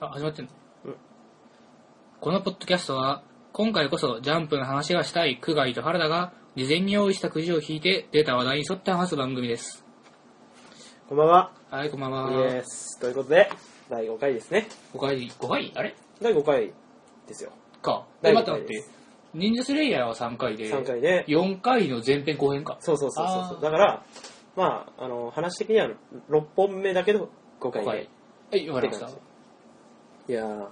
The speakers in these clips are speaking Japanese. あ、始まってんの、このポッドキャストは、今回こそジャンプの話がしたい久我井と原田が、事前に用意したくじを引いて出た話題に沿って話す番組です。こんばんは。はい、こんばんイは。エス。ということで、第5回ですね。 5回、5回あれ第5回ですよ。か。え第待っ五て待っ回でてす。忍者スレイヤーは3回で、 3回ね。 4回の前編後編か。そうそうそうそうそあーう。だから、まあ、あの、話的には6本目だけど、5回5目。回。はい、わかりました。っていやー、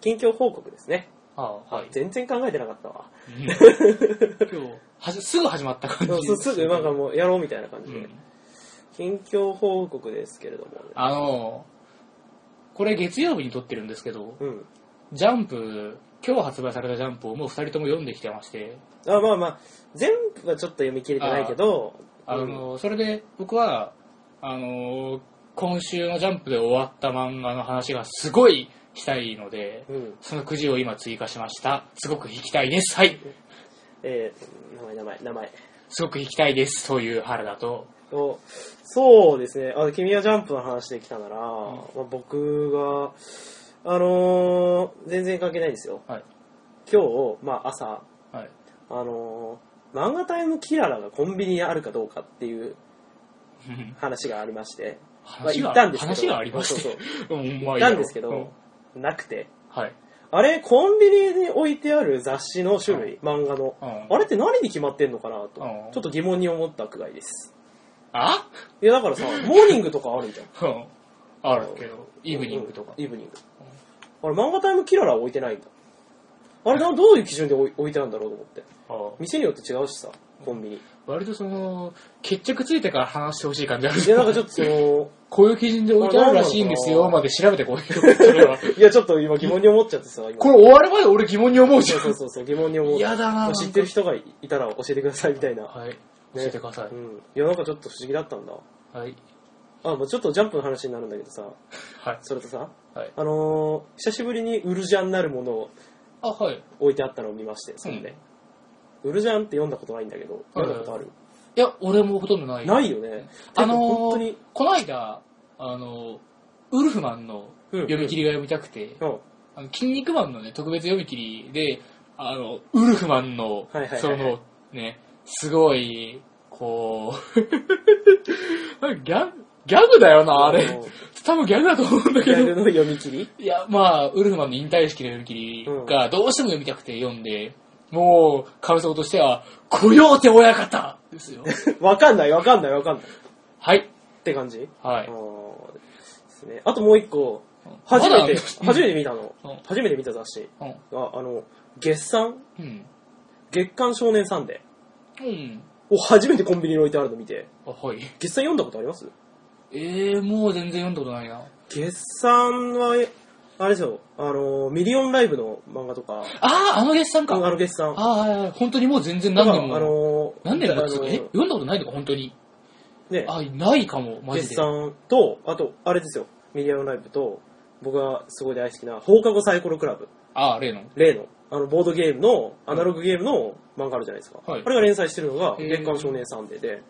近況報告ですね。ああはい。全然考えてなかっ たわ。うん今日はじ、すぐ始まった感そうじ。そうすぐ、なんかもうやろうみたいな感うじで。ん。近況報告ですけれども、あの、これ月曜日に撮ってるんですけど、うん。ジャンプ、今日発売されたジャンプをもう二人とも読んできてまして、あまあまあ、全部はちょっと読み切れてないけど、あの、それで僕は、あの、今週のジャンプで終わった漫画の話がすごいしたいので、うん、うんそのくじを今追加しました。すごく引きたいです。はい。えー、名前、名前、名前。すごく引きたいです。という原田と。おそうですね。あ君はジャンプの話できたなら、まあ、僕が、あのー全然関係ないんですよ。はい。今日、まあ朝、はい。あのー漫画タイムキララがコンビニにあるかどうかっていう話がありまして、まあ、話行が、ったんですけど、話がありまして。そうそん、うまあういい行やったんですけど、うんなくて、はい。あれ、コンビニに置いてある雑誌の種類、漫画の、うんあれって何に決まってんのかなと、うんちょっと疑問に思ったくらいです。あいや、だからさ、モーニングとかあるじゃん。うんあるけど、イブニングとか。イブニング。あれ、漫画タイムキララは置いてないんだ。あれ、などういう基準で置い置いてあるんだろうと思って。あ店によって違うしさ、コンビニ。割とその、決着ついてから話してほしい感じあるいや、なんかちょっとそ の、こういう基準で置いてあるらしいんですよ、まで調べてこいよ。それはいや、ちょっと今疑問に思っちゃってさ、今これ終わるまで俺疑問に思うじゃそうそうそうそう、疑問に思ん。う。嫌だなまあ知ってる。人がいたら教えてくださいみたいな。はい。教えてくださうん。いや、なんかちょっと不思議だったんだ。い。はい。あ、まあちょっとジャンプの話になるんだけどさ、はい。それとさ、はい。あのー久しぶりにウルジャンになるものをあ、はい。置いてあったのを見まして、それで。ウルジャンって読んだことないんだけど、読んだことある、いや、俺もほとんどない。ないよね。あのー本当に。この間、あの、ウルフマンの読み切りが読みたくて、うん。あの筋肉マンのね、特別読み切りで、あの、ウルフマンのはいはいはいは、いその、ね、すごい、こう、 なんかギャグ、ギャグだよな、あれ。多分ギャグだと思うんだギけャグど。の読み切りいや、まあ、ウルフマンの引退式の読み切りが、どうしても読みたくて読んで、もう、感想としては、コヨーテ親方です よ。 わかんないわかんないわかんない。っはい。て感じはあい。ーですね。あともう一個、初めて、初めて見たのうん。初めて見た雑誌まだが、あの、月産うん。うん。月刊少年サンデうん。ーを初めてコンビニに置いてあるの見て、あ、はい。月産読んだことありますええー、もう全然読んだことないな。月産は、えあれですよ、あの、ミリオンライブの漫画とか、ああ、あの月産あか。の月産。ああ、はいはい本当にもう全然だ何か年らあも。の、何年もあつうかえ、の読んだことないのか、本当に。ね、あ、ないかも、マジ決で。算と、あと、あれですよ、ミディアムライブと、僕がすごい大好きな放課後サイコロクラブ、ああ、例の。例の、あの、ボードゲームの、アナログゲームの漫画あるじゃないですか。はいあれが連載してるのが、へー月刊少年サンデーで、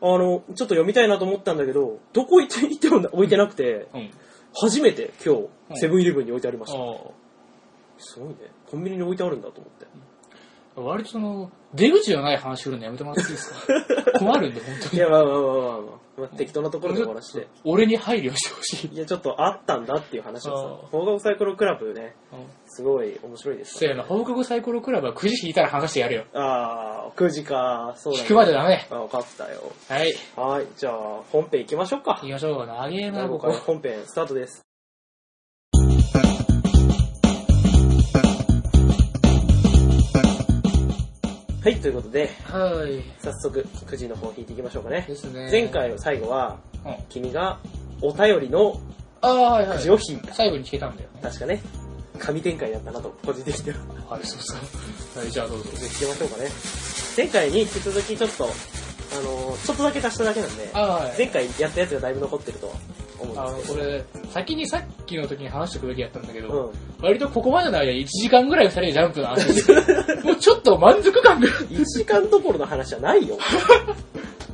あの、ちょっと読みたいなと思ったんだけど、どこ行って行っても置いてなくて、うん。初めて今うん日、セブンイレブンに置いてありまあした。すごいね。コンビニに置いてあるんだと思って。あ、割とその、出口のない話するのやめてもらっていいです か困るんで、本当いに。や、まあまあまあまあまあ、まあ、適当なところで終わらして。俺に配慮してほしい。いや、ちょっとあったんだっていう話をあーさ、放課後サイコロクラブね、うんすごい面白いです、せやな、放課後サイコロクラブはくじ引いたら話してやるよ。あー、9時か、そうだ、ね。引くまでダメ。あ、分かったよ。はい。はい、じゃあ、本編行きましょうか行。きましょう。長えな、ここここ。本編スタートです。はい、ということで、はい。早速、9時の方引いていきましょうかねで。すね。前。回の最後は、うん。あ君がお便りのあ、はいはくいじ。を引いた。最後に聞けたんだよね。確かね、神展開だったなと、個人的には。はい、そうそう。はい、じゃあどうぞ。行きましょうかね。前回に引き続きちょっと、あのーちょっとだけ足しただけなんで、ああ、はい。前回やったやつがだいぶ残ってるとは思あうんのですけ俺、先にさっきの時に話しておくべきやったんだけど、ど、割とここまでの間1時間ぐらい2人でジャンプの話 してるもうちょっと満足感が。うん、1時間どころの話じゃないよ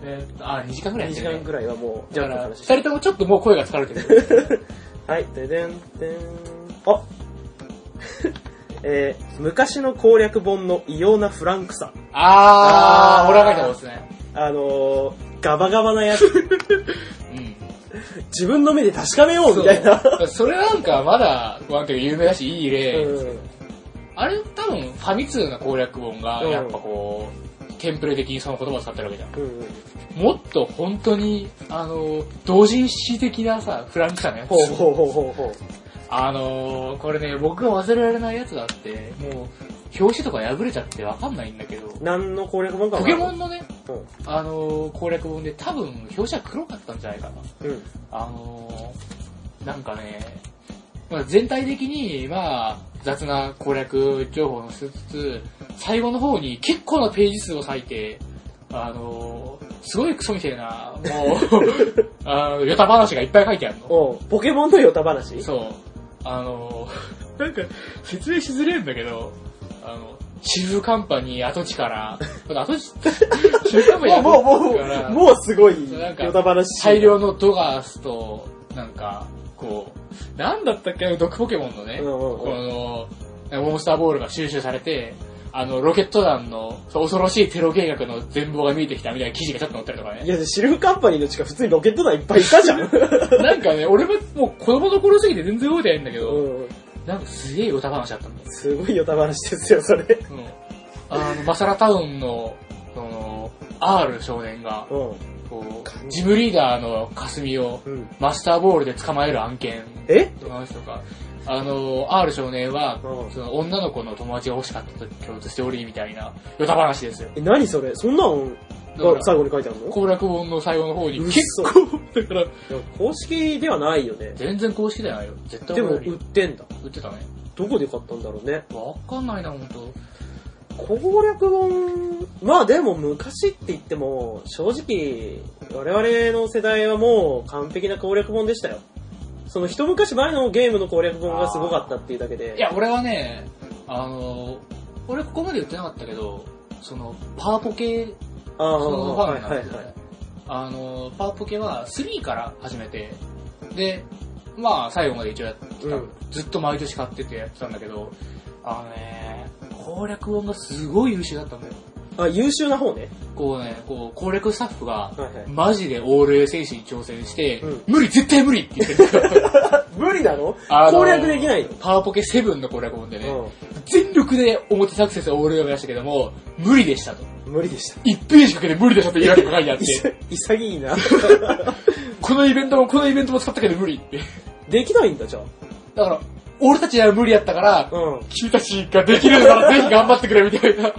えーっとあ、2時間ぐらい2時間ぐらいはもうジだャかンプのら、話2人ともちょっともう声が疲れてる。はい、ででんでん。あ えー昔の攻略本の異様なフランクさ。ああーー、俺が書いたことですね。あのー、ガバガバな やつ、うん。自分の目で確かめようみたいな。そう それなんかまだ、なんていうか有名だし、いい例。うんあれ多分、ファミ通な攻略本が、やっぱこう、テンプレ的にその言葉を使ってるわけじゃん。うんもっと本当に、あの、同人誌的なさ、フランクさのやつ。ほうほうほうほうほう。あのー、これね、僕が忘れられないやつがあって、もう、表紙とか破れちゃってわかんないんだけど、何の攻略本かポケモンンのね、うん。あのー、攻略本で多分、表紙は黒かったんじゃないかな。うん。あのー、なんかね、まあ、全体的に、まあ、雑な攻略情報を載せつつ、最後の方に結構なページ数を割いて、あのー、すごいクソみたいな、もう、あの、ヨタ話がいっぱい書いてあるの。おうポケモンとヨタ話そう。あの ー、なんか、説明しづれえんだけど、あの、シズカンパニー跡地から、跡地、シズカンパニもーう、も跡地う、もかう、ら、もうすごい、なんかヨタ話。大。量のドガースと、なんか、こう、なんだったっけ、あの毒ポケモンのね、うんうんうんこの、モンスターボールが収集されて、あの、ロケット弾の、そう恐ろしいテロ計画の全貌が見えてきたみたいな記事がちょっと載ったりとかいね。や、シルフカンパニーの地下普通にロケット団いっぱいいたじゃん。 うなんかね、俺ももう子供の頃すぎて全然覚えてないんだけど、ん。なんかすげえ歌話だったんだよ。すごいヨタ話ですよ、それ。うんあの、マサラタウンの、その、R 少年が、うこう、ジムリーダーの霞をん。うん。マスターボールで捕まえる案件えの話とか、あの、R 少年は、うんその女の子の友達が欲しかったと共通しており、みたいな、ヨタ話ですよ。え、何それそんなのだかがら、最後に書いてあるの攻略本の最後の方に、結嘘構、だから、いや公式ではないよね。全然公式ではないよ。絶対でも俺売よっりてんだ。売ってたね。どこで買ったんだろうね。わかんないな、ほんと。攻略本、まあでも昔って言っても、正直、我々の世代はもう完璧な攻略本でしたよ。その一昔前のゲームの攻略本がすごかったっていうだけで。いや、俺はね、あの、俺ここまで言ってなかったけど、その、パワポケああ、そのファはいンなはんいですよはねい。あの、パワーポケは3から始めて、で、まあ最後まで一応やってた、うんずっと毎年買っててやってたんだけど、あのね、攻略本がすごい優秀だったんだよ。あ、優秀な方ね。こうね、こう、攻略スタッフが、はいはい。マジでオール A 精神に挑戦して、うん無理絶対無理って言って る。無理なのあの攻略できないパワーポケ7の攻略本でね、の、全力で表サクセスをオール A を目指したけども、無理でしたと。うん、無理でした。 1ページかけて無理でしたって言われて書いて あって、潔いな。このイベントもこのイベントも使ったけど無理って。できないんだ、じゃあ。だから、俺たちは無理やったから、うん。君たちができるなら ぜひ頑張ってくれみたいな。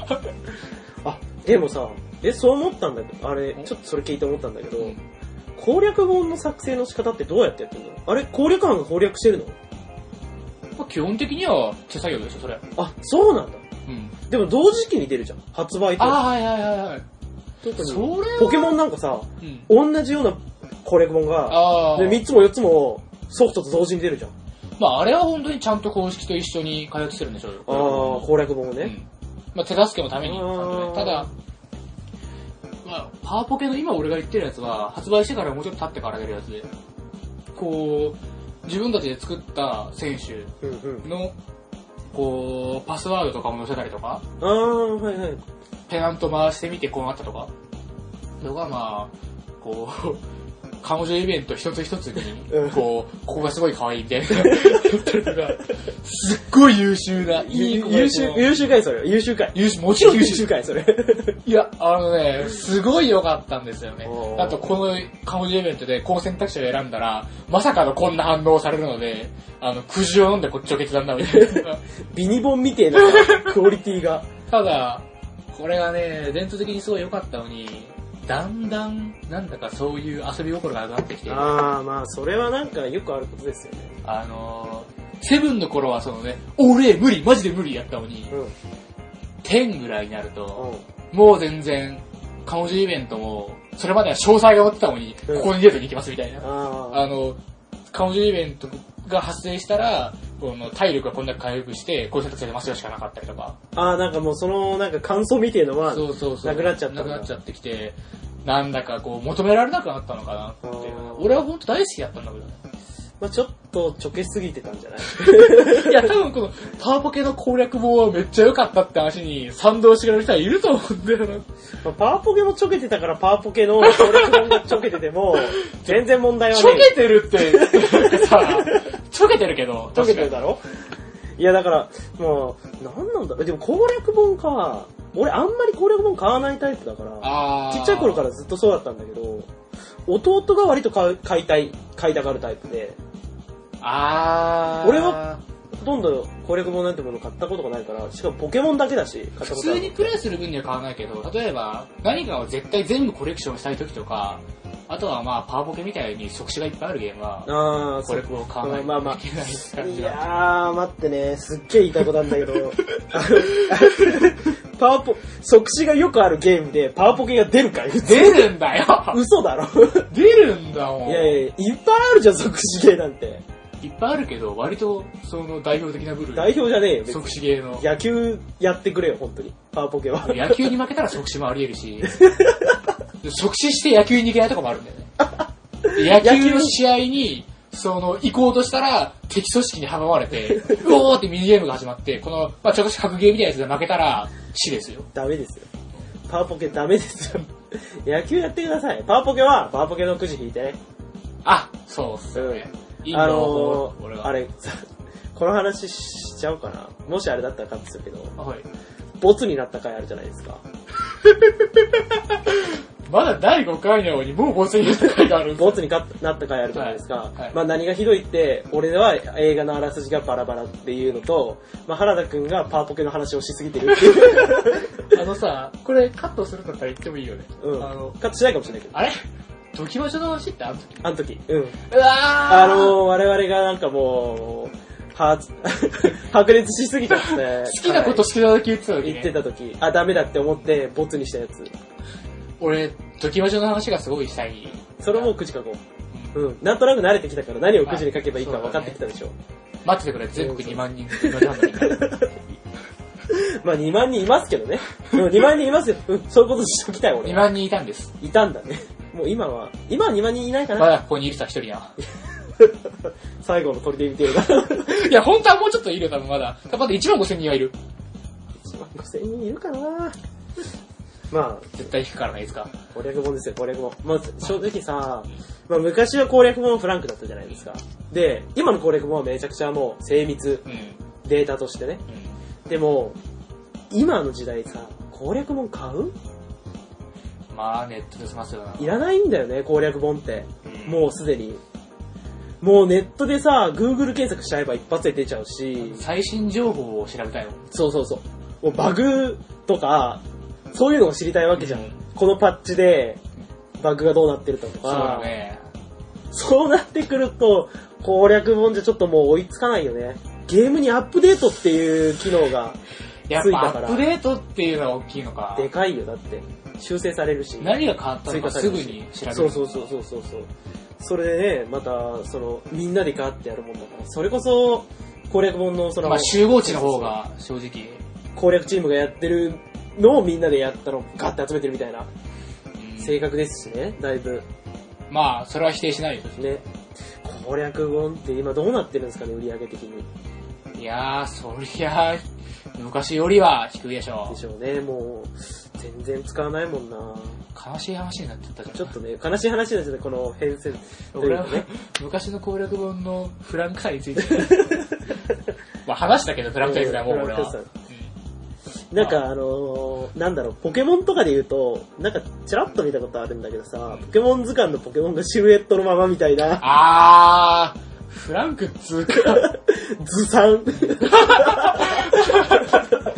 あ、でもさ、え、そう思ったんだけど、あれ、んちょっとそれ聞いて思ったんだけど、攻略本の作成の仕方ってどうやってやってんのあれ、攻略班が攻略してるのまあ、基本的には手作業でしょ、それ。あ、そうなんだ。うん。でも同時期に出るじゃん。発売と。ああ、はいはいはいはい。特にそれはポケモンなんかさ、うん。同じような攻略本が、ああ。で、3つも4つもソフトと同時に出るじゃん。まあ、あれは本当にちゃんと公式と一緒に開発してるんでしょうよ。あー、攻略本をうね。ん。まあ、手助けのために、ちあゃんーとね。ただ、まあ、パワーポケの今俺が言ってるやつは、発売してからもうちょっと経ってから出るやつで、こう、自分たちで作った選手うんうん。の、こう、パスワードとかも載せたりとか、あー、はいはい。ペナント回してみてこうなったとか、のがまあ、こう、 彼女イベント一つ一つうにん、こう、ここがすごい可愛いみたいな、 撮ったりとかすっごい優秀な、いい子が優秀こ、う優秀かいそれ。優秀かい。優秀、もちろん優優秀秀。かいそ れ。いや、あのね、すごい良かったんですよねお。ーあと、この彼女イベントで、この選択肢を選んだら、まさかのこんな反応をされるので、あの、くじを飲んでこっちを決断だみた いな。ビニボンみてえ なクオリティが。ただ、これがね、伝統的にすごい良かったのに、だんだん、なんだかそういう遊び心が上がってきて、ああー、まあ、それはなんかよくあることですよね。のー、セブンの頃はそのね、俺無理、マジで無理やったのにう、ん。うん。 10ぐらいになると、もう全然、彼女イベントも、それまでは詳細が終わってたのに、うんここにデートに行きますみたいな。ああの、彼女イベントが発生したら、この体力がこんだけ回復して、こういう選択肢が出ますよしかなかったりとか。ー、あーなんかもうその、なんか感想みてえのは、そうそうそう。なくなっちゃったなんくだなっちゃってきて、なんだかこう、求められなくなったのかなっていうあー。俺は本当大好きだったんだけどね。 まあちょっとちょけすぎてたんじゃないいや、多分この、パワポケの攻略本はめっちゃ良かったって話に賛同してくれる人はいると思うんだよな。まあパワーポケもちょけてたからパワーポケの攻略本がちょけてて も、全然問題はちょない。けてる って、さ、ちょけてるけど、ちょけてるだろいやだから、もう、なんなんだろう。でも攻略本か、俺あんまり攻略本買わないタイプだから、あーちっちゃい頃からずっとそうだったんだけど、弟が割と買う買いたい、買いたがるタイプで、あー。俺はほとんど攻略本なんてもの買ったことがないから、しかもポケモンだけだし、買った普ことあ通るにプレイする分には変わらないけど、例えば、何かを絶対全部コレクションしたい時とか、あとはまあ、パワポケみたいに即死がいっぱいあるゲームは、あー、攻そ略う。本を買わないまあまあといけない感いじがやー、待ってね、すっげえ言いたいことなんだけ ど、あのパワポ、即死がよくあるゲームでパワポケが出るかい出るんだよ嘘だろ出るんだもんいやいや、いっぱいあるじゃん、即死ゲーなんて。いっぱいあるけど、割と、その代表的な部類。代表じゃねえよ、別に即。死芸の。野球やってくれよ、本当に。パワポケは。野球に負けたら即死もあり得るし、即死して野球に行けないとかもあるんだよね。野球の試合に、その、行こうとしたら、敵組織に阻まれて、うおーってミニゲームが始まって、この、まあ、ちょこし格ゲーみたいなやつで負けたら、死ですよ。ダメですよ。パワポケダメですよ。 野球やってください。パワポケは、パワポケのくじ引いてね。あ、そうっすよね。いいあ情の報俺ー、は。あれ、 さこの話しちゃおうかな。もしあれだったらカットするけど、あはい。ボツになった回あるじゃないですか。まだ第5回なのに、もうボツになった回があるんですボツにかなった回あるじゃないですか。はいはいまあ何がひどいって、俺は映画のあらすじがバラバラっていうのと、まあ原田くんがパワポケの話をしすぎて るっていう。あのさ、これカットするんだったら言ってもいいよね。うん。あの、カットしないかもしれないけど。あれ時キ場所の話ってあの時あの時。うん。うわーあのー、我々がなんかもう、は、 白熱しすぎちゃって。好好きなこと好きなだけ言ってたのに、言ってね、た時、あ、ダメだって思って、ボツにしたやつ。俺、ドキマジョの話がすごいしたい。それもくじ書こうんう。うん。なんとなく慣れてきたから何をくじに書けばいいか分かってきたでしょ。待っててくれ、全国2万人、ドキマジョの人まあ2万人いますけどね。うん、2万人いますよ。うん、そういうことしときた い俺2は。万人いたんです。いたんだね。もう今は、今は2万人いないかまな。だここにいる人は1人な。最後の取り出みてるが。いや、本当はもうちょっといるよ、多分まだ。まだ1万5千人はいる。 1万5000人いるかな。まあ、絶対引くからね、いつか。攻略本ですよ、攻略本。まあ、正直さ、まあ、昔は攻略本はフランクだったじゃないですか。で、今の攻略本はめちゃくちゃもう精密、うん。うん。データとしてね。でも、今の時代さ、攻略本買うまあ、ネットで済ますよな。いらないんだよね、攻略本って。うんもうすでに。もうネットでさ、Google 検索しちゃえば一発で出ちゃうし、最新情報を調べたいもん。そうそうそう。もうバグとか、そういうのを知りたいわけじゃん。うんこのパッチで、バグがどうなってるかとか。そうだね。そうなってくると、攻略本じゃちょっともう追いつかないよね。ゲームにアップデートっていう機能がやっついぱたアからップデートっていうのが大きいのか。でかいよ、だって。修正されるし。何が変わったのかすぐに調べる。そうそうそうそうそうそう。それでね、また、その、みんなでガーってやるもんだから、それこそ、攻略本のその、まあ、集合値の方が、正直。攻略チームがやってるのをみんなでやったのをガーって集めてるみたいなうん性格ですしね、だいぶ。まあ、それは否定しないよ。ね。攻略本って今どうなってるんですかね、売り上げ的に。いやー、そりゃ、昔よりは低いでしょで。しょうね、もう、全然使わないもんな悲しい話になっちゃったじゃん。ちょっとね、悲しい話になっちゃった、この変遷。俺はというかね、昔の攻略本のフランクさについて。 まあ話したけど、フランクさについてはもう俺は。フランクなんかあのー、なんだろう、ポケモンとかで言うと、なんかチラッと見たことあるんだけどさ、ポケモン図鑑のポケモンがシルエットのままみたいな、あー、フランクっつ うか、ずさん、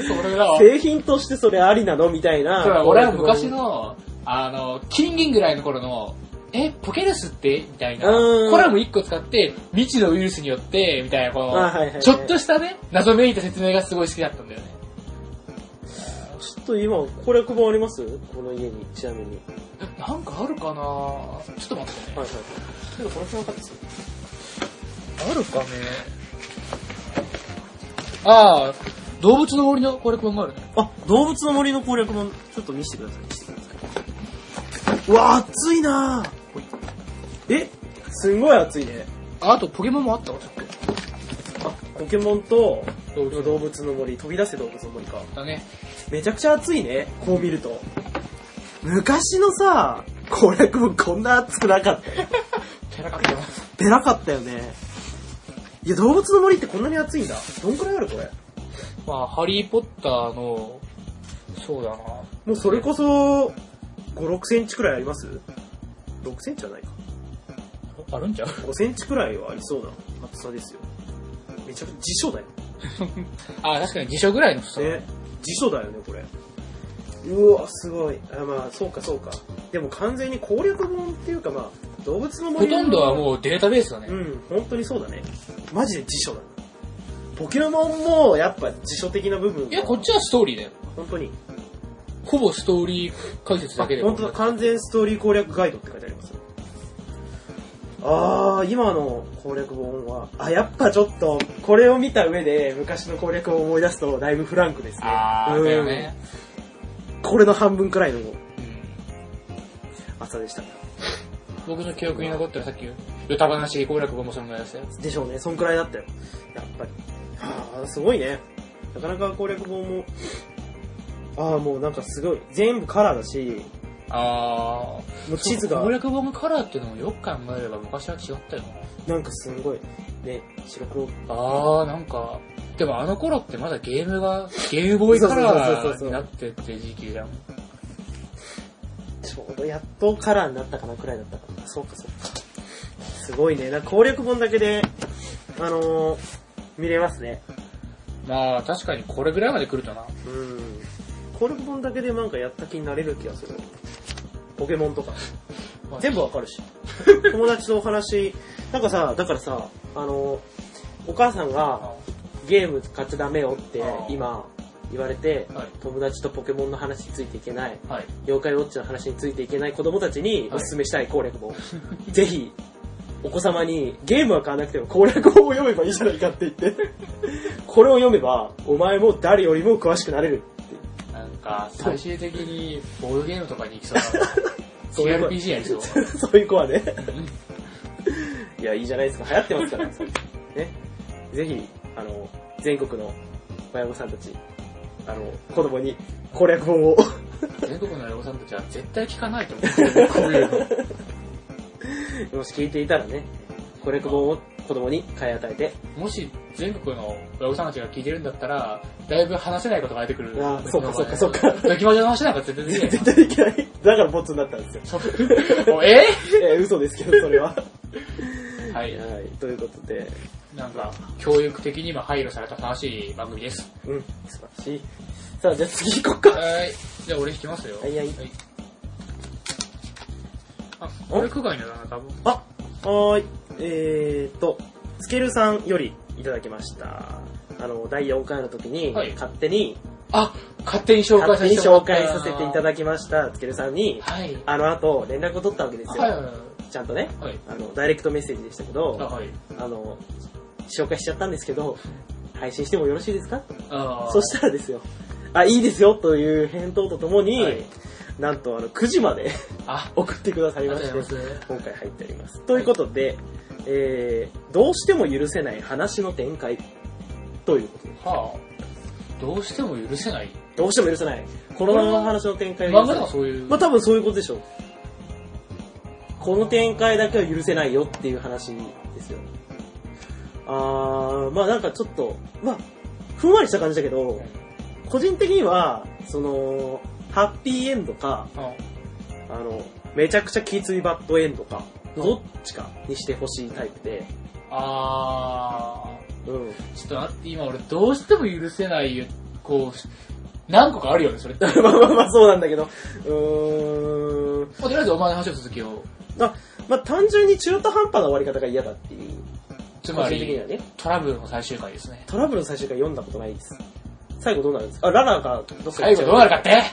それだわ。製品としてそれありなのみたいなそう。だ俺は昔。の、あの、金銀ぐらいの頃の、え、ポケルスってみたいな。うんコラム1個使って、未知のウイルスによって、みたいな、この、あはいはいはいちょっとしたね、謎めいた説明がすごい好きだったんだよね。ちょっと今、攻略本ありますこの家に、ちなみに。なんかあるかなちょっと待ってね。はいはい。ちょっとこの辺分かってあるかねああ、動物の森の攻略本があるね。あ、動物の森の攻略本、ちょっと見せてください。見せてください。うわ、熱いなぁ。え、すんごい熱いね。あ、あとポケモンもあったわ、ちょっと。あ、ポケモンと動物動物の森、飛び出せ動物の森か。だね。めちゃくちゃ暑いね、こう見ると。昔のさ、攻略もこんな暑くなかったよ。キャラクター。出なかったよね。いや、動物の森ってこんなに暑いんだ。どんくらいあるこれ。まあ、ハリーポッターの、そうだな。もうそれこそ、5、6センチくらいあります ?6 センチじゃないか。あるんちゃう5センチくらいはありそうな厚さですよ。めちゃくちゃ辞書だよ。あ、確かに辞書ぐらいの太さ。ね、辞書だよね、これ。うわ、すごい。あ、まあ、そうか、そうか。でも完全に攻略本っていうか、まあ、動物ほの森とんどはもうデータベースだね。うん、本当にそうだね。マジで辞書だね。ポケモンも、やっぱ辞書的な部分がいや、こっちはストーリーだよ。本当に。ほぼストーリー解説だけで本当だ、完全ストーリー攻略ガイドって書いてありますよ。あー、今の攻略本は、あ、やっぱちょっと、これを見た上で昔の攻略を思い出すと、だいぶフランクですね。あー、だよね。うん。これの半分くらいのうん朝でした。僕の記憶に残ってるさっきの歌話、攻略本もそのぐらいですよ。でしょうね、そんくらいだったよ。やっぱり。はあ、すごいね。なかなか攻略本も、ああ、もうなんかすごい。全部カラーだし、あもうー。地図が攻、略本カラーっていうのもよく考えれば昔は違ったよな。なんかすごい、ね、白黒。あー、なんか、でもあの頃ってまだゲーム が、ゲームボーイカラーになってって時期じゃん。ちょうどやっとカラーになったかな、くらいだったかな。そうか、そうか。すごいね。なんか攻略本だけで、あのー、見れますね。まあ確かにこれぐらいまで来るとな。うん。攻略本だけでなんかやった気になれる気がする。ポケモンとか。全部わかる し。友達とお話、なんかさ、だからさ、あの、お母さんがはゲーム買っちゃダメよって今言われて、はい友達とポケモンの話についていけない、はい。妖怪ウォッチの話についていけない子供たちにはいおすすめしたい攻略本。 ぜひ、お子様にゲームは買わなくても攻略本を読めばいいじゃないかって言って、これを読めばお前も誰よりも詳しくなれるって。なんか、最終的にボールゲームとかに行きそうだな。 そういう RPG やりそう。 そういう子はね。うんいや、いいじゃないですか。流行ってますから。ね。ぜひ、あの、全国の親御さんたち、あの、子供に攻略本を 全国の親御さんたちは絶対聞かないと思う。こういうの。もし聞いていたらね、攻略本を子供に買い与えて、もし全国の親御さんたちが聞いてるんだったら、だいぶ話せないことが出てくる。あーそうかそうかそうかドキマジの話なんか絶対できないな 絶対いけない。だからボツになったんですよ。そう。もうええー嘘ですけど、そ れは。はーはい。い、ということで、なんか、教育的に今配慮された楽しい番組です。うん、素晴らしい。さあ、じゃあ次行こうか。はい。じゃあ俺弾きますよ。はいはいあ、これ区外のだな、多分。あ、はーい。えーと、スケルさんよりいただきました。あの、第4回の時に、はい勝手に、あ、勝手に紹介勝さ手せにてもら紹った介させていただきました、つけるさんに、はい。あの後、連絡を取ったわけですよ。はいはいちゃんとね、はい。はい。あの、ダイレクトメッセージでしたけあ、ど、はい。あの、紹介しちゃったんですけど、配信してもよろしいですかあー そしたらですよ、あ、いいですよという返答とともに、はいなんとあの、9時まで あ、送ってくだあさりりまがとしうごて、ざいます。今回入っております。ということで、えー、どうしても許せない話の展開、ということではあ、どうしても許せない。どうしても許せない。この話の展開を漫許せ画とないかそういう。まあ多分そういうことでしょう。この展開だけは許せないよっていう話ですよ。あー、まあなんかちょっと、まあ、ふんわりした感じだけど、個人的には、その、ハッピーエンドか、ああの、めちゃくちゃきついバッドエンドか、どっちかにしてほしいタイプで、あうん。ー、ちょっと待って、今俺どうしても許せない、こう、何個かあるよね、それ って。まあまあまあそうなんだけど、うーん。とりあえずお前の話の続きを。まあ単純に中途半端な終わり方が嫌だっていう、つ個ま人的にりは、ね。トラブルの最終回ですね。トラブルの最終回読んだことないです。最後どうなるんですかあ、ララがどっか行最っ後ちゃうどうなるかって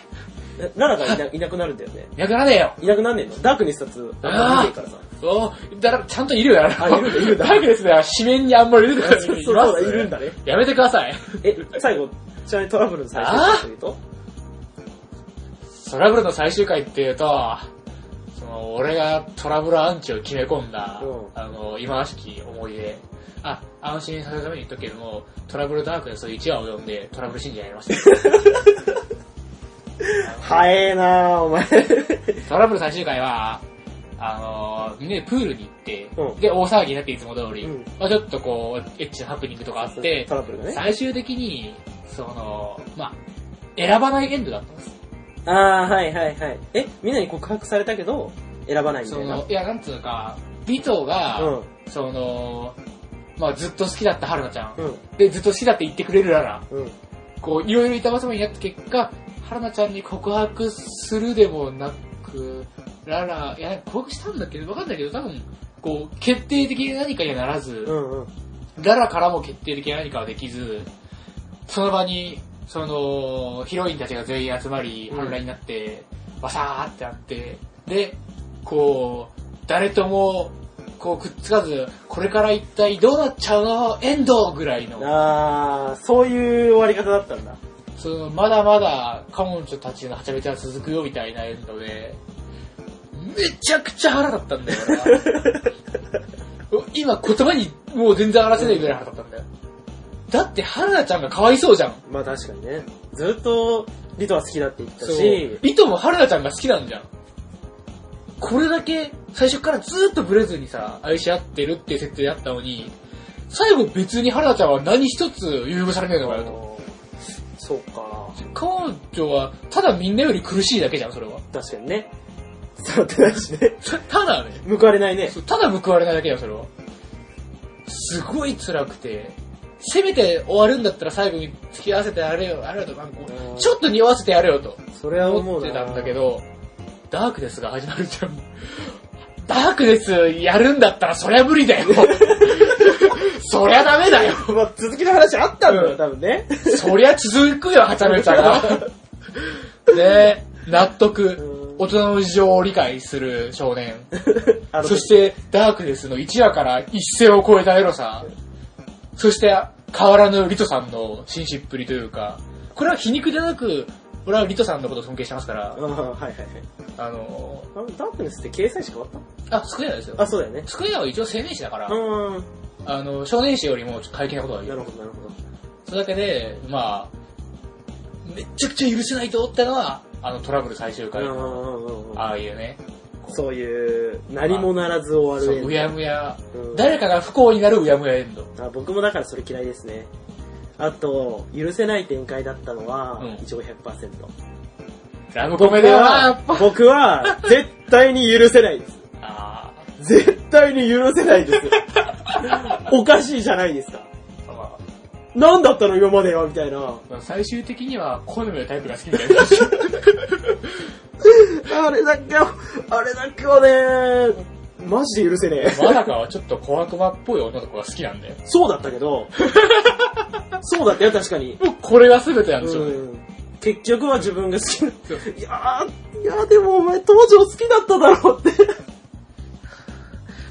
えララがいないなくなるんだよね。いなくならねえよいなくなんねえのダークネス冊あんまり見てるからさ。おーだからちゃんといるよ、やらあいるんだいるんだダークですね、紙面にあんまり出てくるそうそうだ、いるんだね。やめてください。え、最後、ちなみにトラブルの最終回というとトラブルの最終回っていうと、その、の、俺がトラブルアンチを決め込んだ、うんあの、忌まわしき思い出。あ、安心させるために言っとくけども、トラブルダークネス1話を読んで、トラブル信者やりま した。早えなぁ、お前。トラブル最終回は、あの、みんなでプールに行って、うんで、大騒ぎになっていつも通り、うんまあちょっとこう、エッチなハプニングとかあって、トラブルがね。最終的に、その、まあ選ばないエンドだったんです。ああ、はいはいはい。え、みんなに告白されたけど、選ばないみたそいな。の、いや、なんつうか、ビトが、うん。その、まあずっと好きだった春菜ちゃん。うん。で、ずっと好きだって言ってくれるなら、うん。こう、いろいろ板挟みになった結果、春菜ちゃんに告白するでもなく、ララ、いや、告白したんだっけど、わかんないけど、多分、こう、決定的に何かにはならず、うんうん。ララからも決定的な何かはできず、その場に、その、ヒロインたちが全員集まり、うん反乱になって、わさーってなって、で、こう、誰とも、こう、くっつかず、これから一体どうなっちゃうのエンドぐらいの、ああ、そういう終わり方だったんだ。その、まだまだ彼女たちのはちゃめちゃは続くよみたいなエンドで、めちゃくちゃ腹立ったんだよ、 俺は今言葉にもう全然表せないぐらい腹立ったんだよ。だって、春菜ちゃんがかわいそうじゃん。まあ確かにね。ずっと、リトは好きだって言ったそう。し、いとも春菜ちゃんが好きなんじゃん。これだけ最初からずーっとブレずにさ、愛し合ってるっていう設定だったのに、最後別に春菜ちゃんは何一つ優遇されないのかよと。そうか。彼女は、ただみんなより苦しいだけじゃん、それは。確かにね。そうってないしね。たただね、報われないね。そうただ報われないだけだよ、それは。すごい辛くて、せめて終わるんだったら最後に付き合わせてやれよ、あれよと、なんかこううんちょっと匂わせてやれよと。それは思思うっな。てたんだけ。ど、ダークネスが始まるじゃん。ダークネスやるんだったらそりゃ無理だよ。そりゃダメだよ。 まあ続きの話あったんだうよ、ん多分 ね。そりゃ続くよ、はちゃめちゃ が。ねえ、納得。大人の事情を理解する少年。あのそし、て、ダークネスの1話から一線を超えたエロさ。そして、変わらぬリトさんの紳士っぷりというか、これは皮肉でなく、俺はリトさんのことを尊敬してますからあ、はいはいはい。あの、あダークネスって掲載し変わったあ、少ないですよ。あ、そうだよね。スクエアは一応青年誌だから、うあの、少年誌よりもちょっと過激なことがーん。言なう。るほど、なるほど。それだけで、まあ、めちゃくちゃ許せないと思ったのは、あのトラブル最終回うんの、うんうんうんああいうね、そういう、何もならず終わそるううやむや、うん誰かが不幸になるうやむやエンド。あ僕もだからそれ嫌いですね。あと、許せない展開だったのは、うん一応100%。ラブコメだよな、やっぱ。僕は、絶対に許せないです。あ絶対に許せないです。おかしいじゃないですか。ーまなんだったの今まではみたいな。あ最終的には好みのタイプが好きみたいな。 あれだけは、あれだけはね、マジで許せねえ。まだかはちょっと小悪魔っぽい女の子が好きなんだよ。そうだったけ ど、そうだったよ、確かに。もう これが全てなんでしょうね。うん結局は自分が好きな。そういやー、いやーでもお前当時も好きだっただろうって。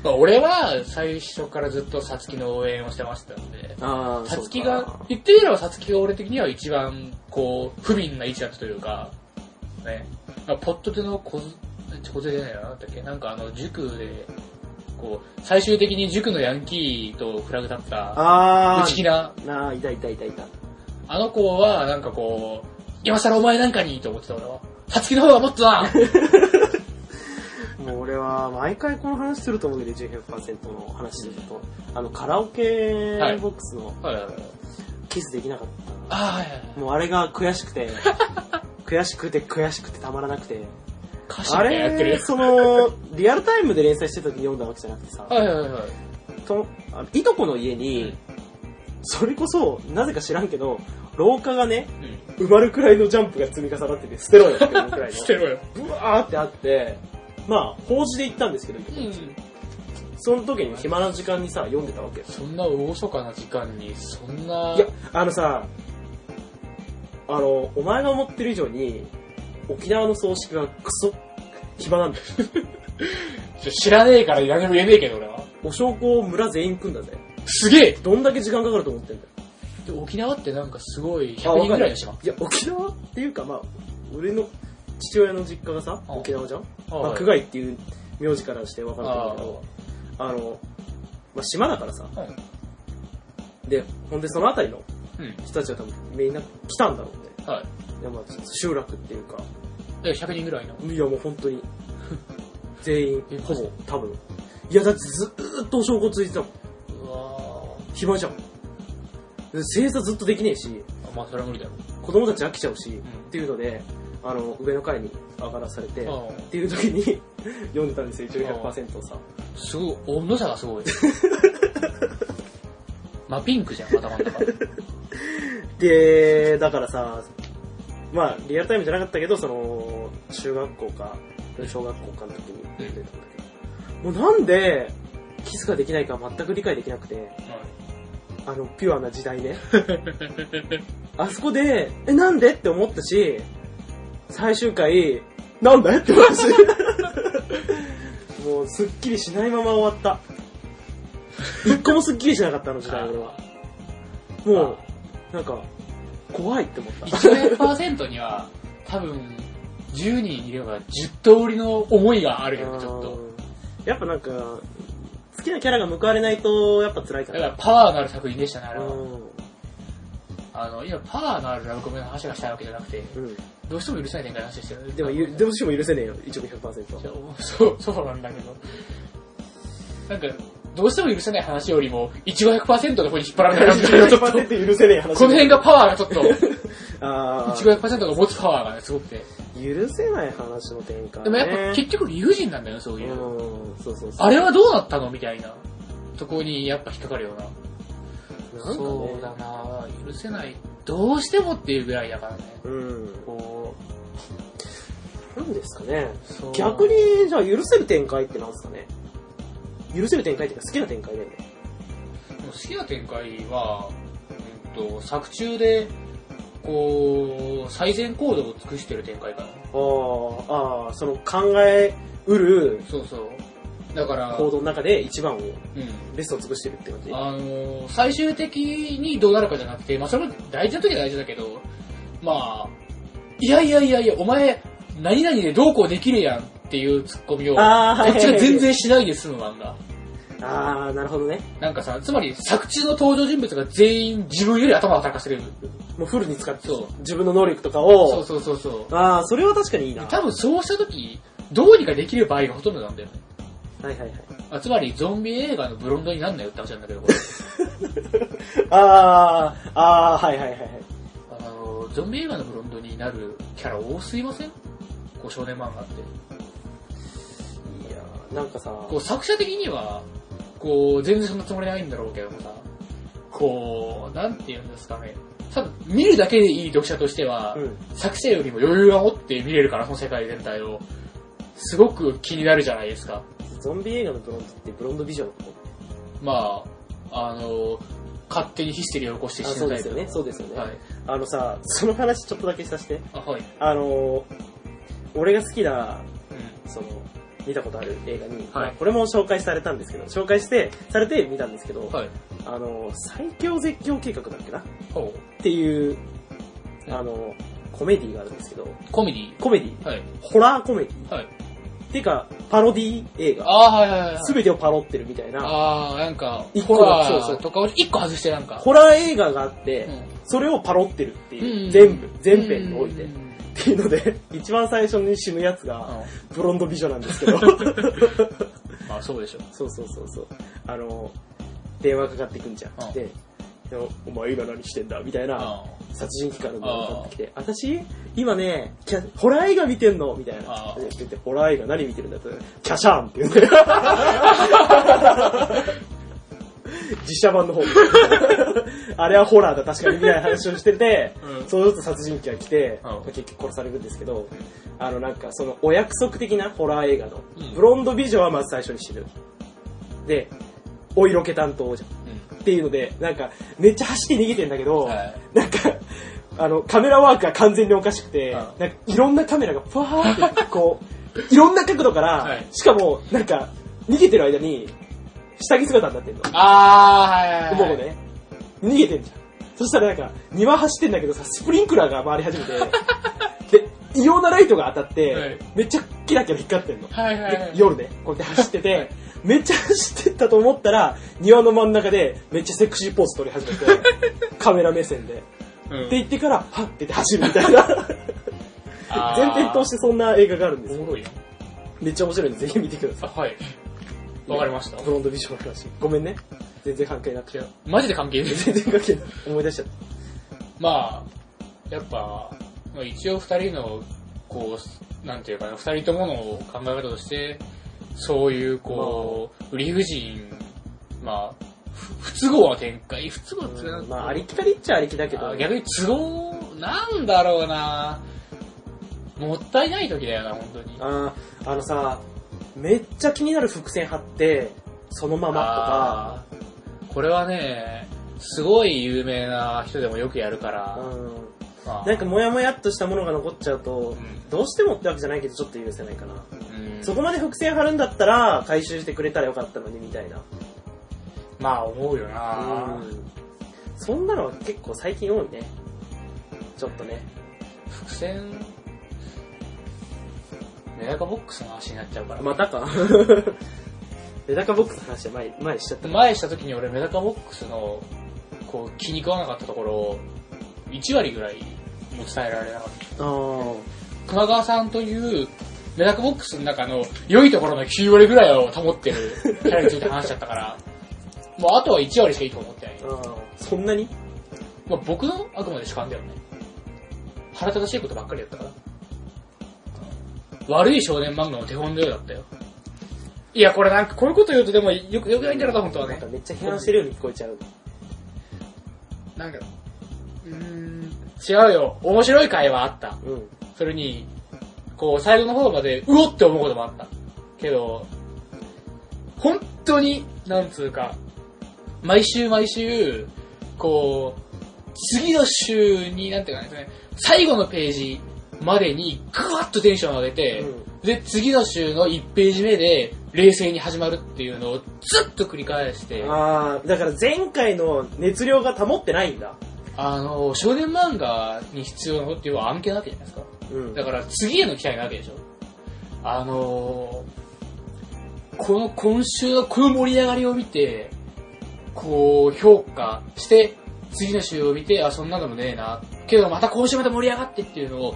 まあ俺は最初からずっとサツキの応援をしてましたんで。あさつきが、言ってみればさつきが俺的には一番、こう、不憫な位置だったというか、ね。まあポットでの小ず、小ずじゃないな、なんだっけなんかあの、塾で、こう、最終的に塾のヤンキーとフラグ立った、あ内気な、ー、なあ、いたいたいたいた。あの子は、なんかこう、今更お前なんかにと思ってた俺は。さつきの方がもっとなもう俺は毎回この話すると思うけど、19%の話で言うと、あのカラオケはいボックスのはいはいはいキスできなかっあた。ーはいはいはい。もうあれが悔し くて、悔しくて悔しくてたまらなくて。歌詞みあたいなやってるれ、やつ。その、リアルタイムで連載してた時に読んだわけじゃなくてさ、はいはいはいはい。とあのいとこの家に、それこそ、なぜか知らんけど、廊下がね、うん。埋まるくらいのジャンプが積み重なってて、捨てろよっていうく らい捨てろよ。の。ブワーってあって、まあ、法事で行ったんですけど、うん。その時に暇な時間にさ、読んでたわけ。そんな厳かな時間に、そんな、いや、あのさ、あの、お前が思ってる以上に、沖縄の葬式がクソ、暇なんだよ。ちょ知らねえから何も言えねえけど俺は。お証拠を村全員組んだぜ。すげえどんだけ時間かかると思ってんだよ。沖縄ってなんかすごい100人ぐらいの島。いや、沖縄っていうかまあ、俺の父親の実家がさ、うん沖縄じゃんはいまあ、区外っていう名字からして分かると思うけど、あの、まあ、島だからさ、はいで、ほんでその辺りのうん。人たちが多分みんな来たんだろうね。はいやまあ集落っていうか、い。で、100人ぐらいの。いやもう本当に、 全員え、ほぼ、多分。いやだってずーっとお証拠ついてたもん。うわ暇じゃん。で正座ずっとできねえし、ーまあ、それは無理だろう。子供たち飽きちゃうし、んっていうので、あの、上の階に上がらされて、っあていう時に 読んでたんですよ、一応100%をさ。ーすごい、温度差がす ごい。まあ、ピンクじゃん、頭の 中。で、だからさ、まあ、リアルタイムじゃなかったけど、その、中学校か、小学校かの時に出てたんだけど、もうなんで、キスができないか全く理解できなくて、あの、ピュアな時代ね。 あそこで、え、なんでって思ったし、最終回、なんだよって話。 もう、すっきりしないまま終わった。一個もすっきりしなかった、あの時代、俺は。もう、なんか、怖いって思った。 100%には、多分、10人いれば10通りの思いがあるよ、ちょっと。うんやっぱなんか、好きなキャラが報われないと、やっぱ辛いか。だからら、パワーのある作品でしたね、あれうは。んあの、今、パワーのあるラブコメの話がしたいわけじゃなくて、うん。どうしても許せない展開の話してる。でも、ゆでもしも許せねえよ、一応100%は。そう、そうなんだけど。なんか、どうしても許せない話よりも、1500%の方に引っ張られた感じがちょっと、この100%許せねえ話。辺がパワーがちょっと、あー1500%が持つパワーがね、すごくて。許せない話の展開、ね。でもやっぱ結局理不尽なんだよ、そうういう。ん、そうそうそう。あれはどうなったのみたいな。とこにやっぱ引っかかるような。なんかねそうだな許せない。どうしてもっていうぐらいだからね。うん。こなんですかね。う、そう逆に、じゃあ許せる展開ってなんですかね。許せる展開っていうか好きな展開だよね。好きな展開は、うんと、作中で、こう、最善行動を尽くしてる展開かな。ああ、ああ、その考えうるそうそう。だから、行動の中で一番うを、ん。ベストを尽くしてるって感じ。あの、最終的にどうなるかじゃなくて、まあそれも大事な時は大事だけど、まあ、いやいやいやいや、お前、何々でどうこうできるやんっていうツッコミを、こあーっちが全然しないで済む漫画。ああ、なるほどね。なんかさ、つまり作中の登場人物が全員自分より頭を働かせる。もうフルに使ってそう自分の能力とかを。そうそうそうそう。ああ、それは確かにいいな。は多分そうした時、どうにかできる場合がほとんどなんだよね。いはいはい。あつまり、ゾンビ映画のブロンドになんなよって話なんだけ ど、これああ、ああ、はいはいはいはい。あの、ゾンビ映画のブロンドになるキャラ多すぎませんこう少年漫画って。いやーなんかさ、こう作者的には、こう、全然そんなつもりないんだろうけどもさ、こう、なんて言うんですかね。多分、見るだけでいい読者としては、うん。作者よりも余裕が持って見れるから、その世界全体を。すごく気になるじゃないですか。ゾンビ映画のブロンドってブロンドビジョンのことまあ、あの、勝手にヒステリーを起こしてあ死そぬうタイでプすよの。ね、そうですよね。はい。あのさ、その話ちょっとだけさせて。あ、はい。あのー、俺が好きな、うその、見たことある映画に、はいまあこれも紹介されたんですけど、紹介して、されて見たんですけど、ん。はい。あのー、最強絶叫計画だっけなっほていう、うんあのー、コメディがあるんですけど、う。コメディコメディはい。ホラーコメディはい。っていうか、パロディ映画。ああ、はいはいはい。すべてをパロってるみたいな、ああ、なんか、一個ホラそうそうーとかを一個外してなんか。ホラー映画があって、うんそれをパロってるっていう、うん全部、全編において。うんっていうので、 一番最初に死ぬやつが、ブロンド美女なんですけ ど。まあそうでしょ。そうそうそうそう。あの、電話かかってくんじゃうんん。で、でもお前今何してんだみたいな、あ殺人鬼からの電話かかってきて、私今ね、キャホラー映画見てんのみたいなあ。ーで言って、ホラー映画何見てるんだって、キャシャーンって言うん だよ。実写版の方。あれはホラーだ、確かにみたいな話をしてて、うんそうすると殺人鬼が来て、うん結局殺されるんですけど、あのなんかそのお約束的なホラー映画の、うんブロンド美女はまず最初に死ぬ。で、お色気担当じゃん。っていうので、なんか、めっちゃ走って逃げてんだけど、はいなんか、あの、カメラワークが完全におかしくて、うんなんか、いろんなカメラが、ふわーって、こう、いろんな角度から、はいしかも、なんか、逃げてる間に、下着姿になってんの。ああ、はいはいはい。もう。ね、逃 げてんじゃん。そしたらなんか、庭走ってんだけどさ、スプリンクラーが回り始めて、で、異様なライトが当たって、はいめっちゃキラキラ光ってんの。はいはいはいで。夜ね、こうやって走ってて、はいめっちゃ走ってったと思ったら、庭の真ん中でめっちゃセクシーポーズ撮り始 めて、カメラ目線で。うんって言ってから、はっって言って走るみたいな。 あー全編通してそんな映画があるんですおよ。もろいな。めっちゃ面白いんで、ぜひ見てくださあ、はい。い。わかりましたブ。ロンド美女の話。ごめんね。全然関係なくて。マジで関係ない。全然関係ない。思い出しちゃっ まあ、やっぱ、まあ一応二人の、こう、なんていうかな、二人ともの考え方として、そういう、こう、理不尽、まあ、ふ不都合な展開、不都合た。ってなんかまあ、ありきたりっちゃありきだけどあ。逆に都合、なんだろうなもったいない時だよな、本当に。あーあのさ、めっちゃ気になる伏線貼って、そのままとか、あーこれはね、すごい有名な人でもよくやるから、うんまあなんかモヤモヤっとしたものが残っちゃうと、うんどうしてもってわけじゃないけどちょっと許せないかな。うんそこまで伏線貼るんだったら回収してくれたらよかったのにみたいな。まあ思うよな、うんそんなのは結構最近多いね。ちょっとね。伏線、メダカボックスの話になっちゃうから。またか メダカボックスの話は前、前しちゃった。前した時に俺メダカボックスの、こう気に食わなかったところ、1割ぐらいも伝えられなかった。あー熊川さんというメダカボックスの中の良いところの9割ぐらいを保ってるキャラについて話しちゃった から、もうあとは1割しかいいと思ってないあ。ーそんなにまあ、僕のあくまで主観だよね。腹立たしいことばっかりやったから。悪い少年漫画の手本のようだったよ。いや、これなんかこういうこと言うとでもよく、よくないんだろうな、本当はなんねか。めっちゃ批判してるように聞こえちゃう。なんか、うーん、違うよ。面白い会はあった。うん。それに、こう、最後の方まで、うおって思うこともあった。けど、本当に、なんつうか、毎週毎週、こう、次の週に、なんていうかね、最後のページまでに、ぐわっとテンション上げて、うんで、次の週の1ページ目で、冷静に始まるっていうのをずっと繰り返して、あああ、だから前回の熱量が保ってないんだ。の、少年漫画に必要なことっていうのは案件なわけじゃないですか。うん。だから次への期待なわけでしょ。あのー、この今週のこの盛り上がりを見て、こう評価して、次の週を見て、あ、そんなのもねえな。けどまた今週また盛り上がってっていうのを、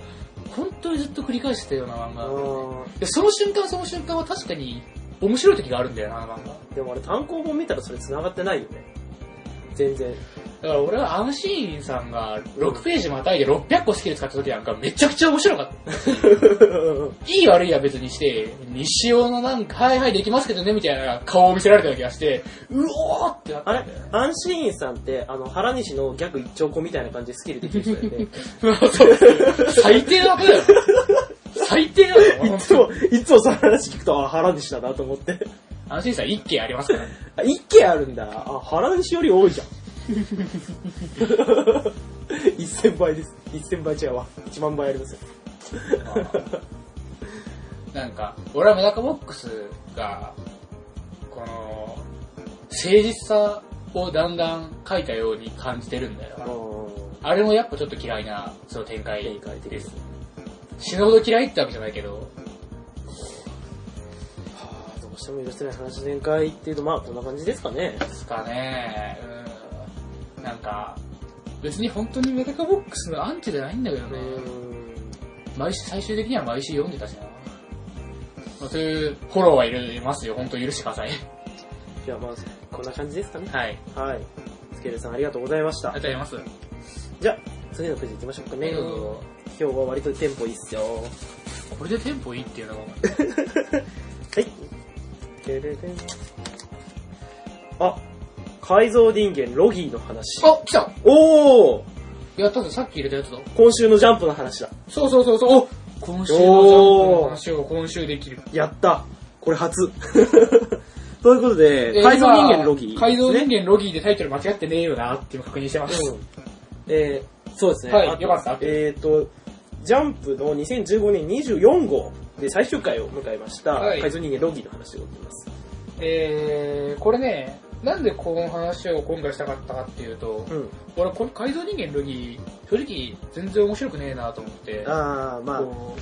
本当にずっと繰り返してたような漫あ画。ーで、その瞬間その瞬間は確かに面白い時があるんだよな、あの漫画。でもあれ単行本見たらそれ繋がってないよね。全 然。だから俺はアンシーンさんが6ページまたいで600個スキル使った時なんかめちゃくちゃ面白かった。いい悪いは別にして、西尾のなんか、はいはいできますけどね、みたいな顔を見せられたような気がして、うおーってなったあんれだよね。アンシーンさんって、あの、原西のギャグ一丁子みたいな感じでスキルできる人だよね。そう最低なことだよ。最低なの いつも、いつもその話聞くと、あ、原西だなと思って。安心さん一件ありますからね。あ、一件あるんだ。あ、原西より多いじゃ ん。1000倍です。1000倍違うわ。1万倍ありますよ。なんか、俺はメダカボックスが、この、誠実さをだんだん書いたように感じてるんだよ。あれもやっぱちょっと嫌いな、その展開展開的でですす。死ぬほど嫌いってわけじゃないけど、はあどうしても許せない話全開っていうと、まあ、こんな感じですかね。ですかね。うん。なんか、別に本当にメダカボックスのアンチじゃないんだけどうね。ん。毎週、最終的には毎週読んでたしな。まあ、そういうフォローはいるいますよ。本当許してください。じゃあまあ、こんな感じですかね。はい。はい。スケルさんありがとうございましあたりが。とうございます。じゃあ、次のくじ行きましょうかね。うん今日は割とテンポいいっすよ。はこれでテンポいいっていうのが、い。てれれんあ、改造人間ロギーの話。あ、来たおーやったぞ、さっき入れたやつだ。今週のジャンプの話だ。そうそうそうそう、お今週のジャンプの話を今週できる。やった。これ初。 ということで、えー改造人間今ロギー、改造人間。間ロギーでタイトル間違ってねえよなっていうの確認してます。うん。えー、そうですね。はいあとよかったえっ、ー、と、ジャンプの2015年24号で最終回を迎えました、はい改造人間ロギーの話でございます。えー、これね、なんでこの話を今回したかったかっていうと、うん。俺、この改造人間ルギー、正直全然面白くねえなと思って、ああ、まあ、こ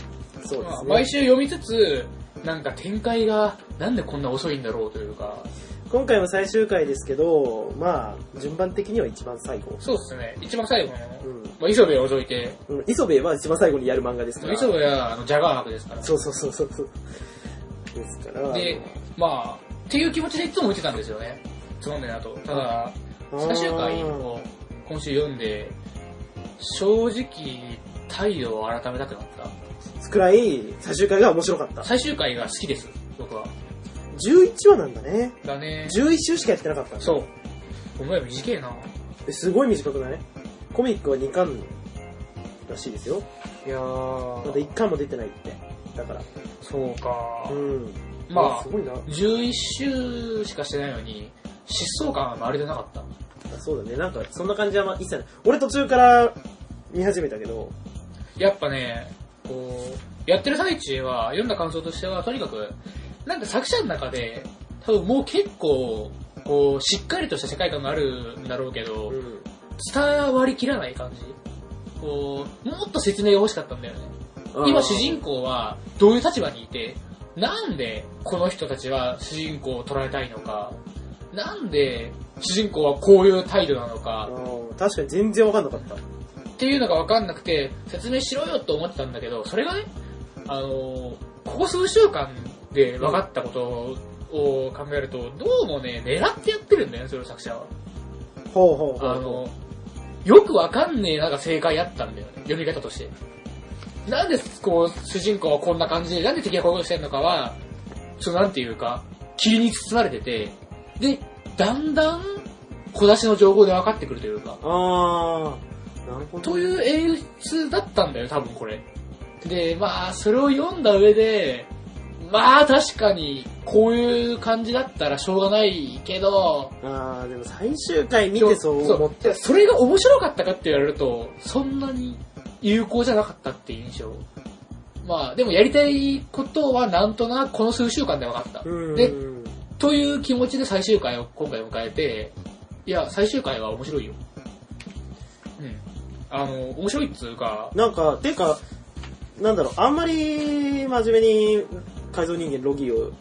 そううまであす毎ね。週読みつつ、なんか展開がなんでこんな遅いんだろうというか、今回は最終回ですけど、まあ、順番的には一番最後。そうですね、一番最後の、うまあ、磯部を除いて、ん。うん。磯部は一番最後にやる漫画ですから。磯部はあのジャガー博ですから、そうそうそうそうそう。ですから。で、まあ、っていう気持ちでいつも見てたんですよね、つまんねえなと。ただ、あー最終回を今週読んで、正直、態度を改めたくなった。くらい、最終回が面白かった。最終回が好きです、僕は。 11話なんだね。だね。 11週しかやってなかったんだそう。お前短えな。えすごい短くないコミックは2巻らしいですよ。いやまだ1巻も出てないって。だから。そうかう。ん。まあす、ごいな。 11週しかしてないのに、疾走感はまるでなかった。そうだね。なんか、そんな感じはまあ一切ない。俺途中から見始めたけど、やっぱね、こう、やってる最中は、読んだ感想としては、とにかく、なんか作者の中で、多分もう結構、こう、しっかりとした世界観があるんだろうけどう、ん。伝わりきらない感じ。こう、もっと説明が欲しかったんだよね。今主人公はどういう立場にいて、なんでこの人たちは主人公を捉えたいのか、なんで主人公はこういう態度なのあか、ー確かに全然わかんなかった。っていうのが分かんなくて、説明しろよと思ってたんだけど、それがね、あのーここ数週間で分かったことを考えると、どうもね、狙ってやってるんだよね、それを作者は。ほうほうほう。あの、よくわかんねえなんか正解あったんだよね、読み方として。なんで、こう、主人公はこんな感じで、なんで敵がこういうことしてるのかは、ちょっとなんていうか、霧に包まれてて、で、だんだん、小出しの情報で分かってくるというか、あー、なるほど。という演出だったんだよ、多分これ。で、まあ、それを読んだ上で、まあ、確かに、こういう感じだったらしょうがないけど、あー、でも最終回見てそう思って。そうそれが面白かったかって言われると、そんなに有効じゃなかったっていう印象。まあ、でもやりたいことはなんとなくこの数週間で分かった。うん。でという気持ちで最終回を今回迎えて、いや、最終回は面白いよ。うん。あの、面白いっつうか、なんか、てか、なんだろう、あんまり真面目に改造人間ロギーを、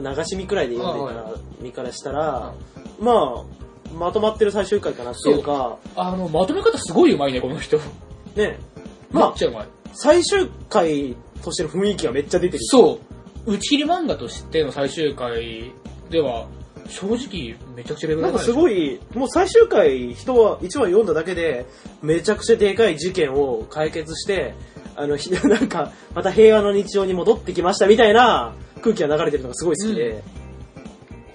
まあ流し見くらいで読んであたは身からしたら、まあ、まとまってる最終回かなっていうか、あの、まとめ方すごい上手いね、この人。ね、めっまあ、ちゃ上手い。最終回としての雰囲気がめっちゃ出てる。そう。打ち切り漫画としての最終回では、正直めちゃくちゃレベルなん高かいでしすょごい、もう最終回、人は1話読んだだけで、めちゃくちゃでかい事件を解決して、あの、ひ なんか、また平和の日常に戻ってきましたみたいな空気が流れてるのがすごい好きで、う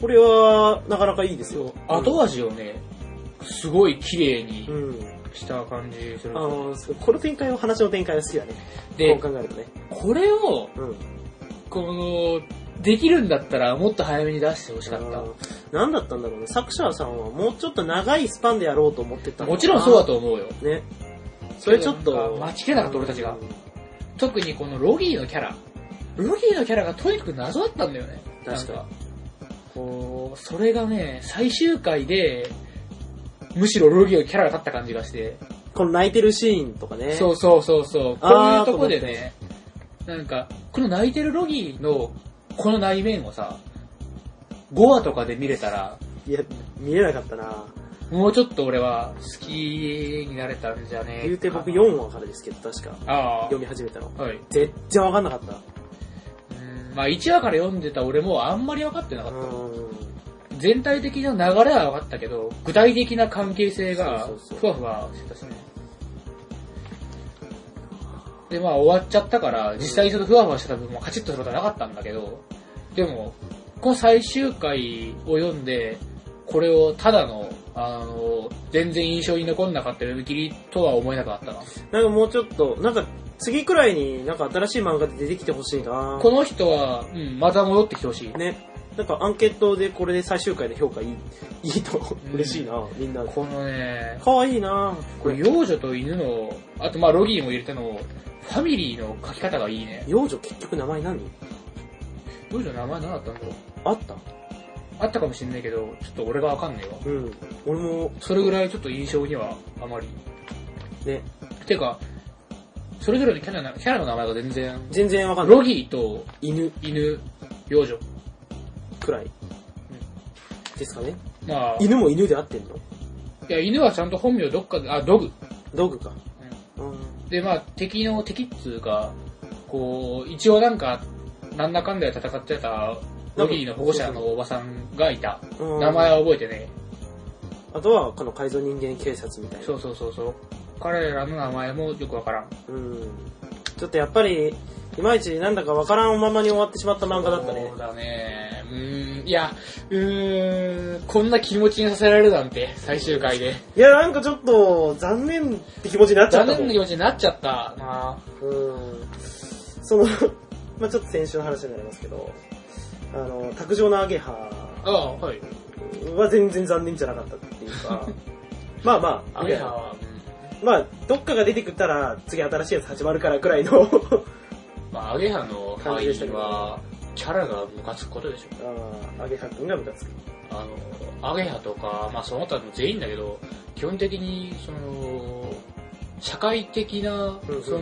これは、なかなかいいですよ。後味をね、すごい綺麗うにん。した感じすある。の、そうこの展開は、話の展開が好きだね。で、こう考えるとね。これを、うん。この、できるんだったらもっと早めに出してほしかあっのなんだったんだろうね。作者さんはもうちょっと長いスパンでやろうと思ってた。たのもかなちろんそうだと思うよ。ね。それちょっなんとか。待ちきれなかった俺たちが。特にこのロギーのキャラ。ロギーのキャラがとにかく謎だったんだよね。確かになんこう、それがね、最終回で、むしろロギーのキャラが立った感じがして。この泣いてるシーンとかね。そうそうそうそう。こういあーうとこでね、なんか、この泣いてるロギーの、この内面をさ、5話とかで見れたら、いや、見れなかったな。もうちょっと俺は好きになれたんじゃねえかな言うて僕4話からですけど、確か。あ読み始めたの。あ。はい。う全然わかんなかった。ーんまあ1話から読んでた俺もあんまり分かってなかうった。ーん。全体的な流れは分かったけど、具体的な関係性がそうそうそうふわふわしてたしね。で、まあ終わっちゃったから、実際にちょっとふわふわしてた部分もカチッとすることはなかったんだけど、でも、この最終回を読んで、これをただの、あの、全然印象に残んなかった読み切りとは思えなくなったな。なんかもうちょっと、なんか次くらいになんか新しい漫画で出てきてほしいなこの人は、うん、また戻ってきてほしい。ね。なんかアンケートでこれで最終回の評価いい、 いいとうん嬉しいなみんな。このね、かわいいなこれ幼女と犬の、あとまあロギーも入れての、ファミリーの書き方がいいね。幼女結局名前何幼女の名前何だったんだろうあったあったかもしれないけど、ちょっと俺がわかんないわ。うん。俺も、それぐらいちょっと印象にはあまり。ね、てか、それぞれのキャラなキャラの名前が全然、全然わかんない。ロギーと犬犬、幼女。くらい。ですかね。まあ、い犬も犬で合ってんのや犬はちゃんと本名どっかで、あ、ドグ。道具か。うん。で、まあ、敵の敵っつうか、こう、一応なんか、なんだかんだで戦ってた、ロギーの保護者のおばさんがいた。うん名前は覚えてね。あとは、この改造人間警察みたいな。そうそうそうそう。彼らの名前もよくわからん。うん。ちょっとやっぱり、いまいちなんだかわからんままに終わってしまった漫画だったねそう。だね。うーん、いや、うーん、こんな気持ちにさせられるなんて、最終回で。いや、なんかちょっと、残念って気持ちになっちゃ残ったも念ん。な気持ちになっちゃったなうん。その、 まあちょっと先週の話になりますけど、あの、卓上のアゲハああ、はい。は全然残念じゃなかったっていう か、まあまあ、アアゲゲハハは、は、まあ、どっかが出てくったら、次新しいやつ始まるからくらいの、 あまあ、アゲハの感範じでしたけ囲どは、キャラがムカつくことでしょ。ーアゲハくんがムカつく。あの、アゲハとか、まあその他の全員だけど、基本的に、その、社会的なうんうん、その、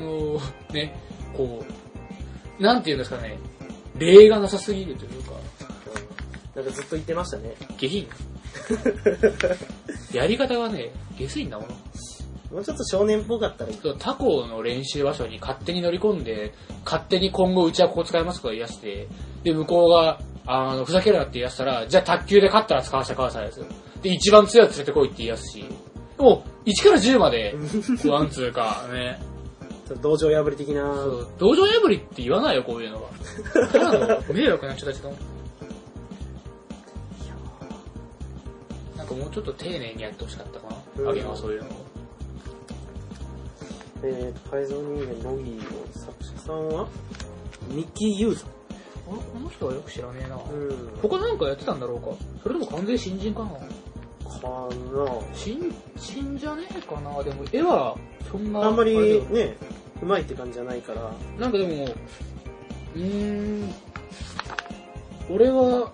ね、こう、なんていうんですかね、例がなさすぎるというか、うんなんかずっと言ってましたね。下品。 やり方がね、下水なもの。もうちょっと少年っぽかったらいい。そう他校の練習場所に勝手に乗り込んで、勝手に今後うちはここ使いますとか言い出して、で、向こうが、あの、ふざけるなって言い出したら、じゃあ卓球で勝ったら使わせてくださいですよ。で、一番強いやつ連れてこいって言い出すし、もう、1から10まで、ワンツーか、ね。ちょっと道場破り的な。そう道場破りって言わないよ、こういうの は。ただの迷惑な人たちだもん。なんかもうちょっと丁寧にやってほしかったかうんな。あげはそういうのを。えーと、改造人間ロギーの作者さんはミッキー・ユーさん。俺、この人はよく知らねえな。うん。他なんかやってたんだろうかそれとも完全に新人かなか新人じゃねえかなでも絵はそんななあんまあれりだよね、うまいって感じじゃないから。なんかでもうーん俺は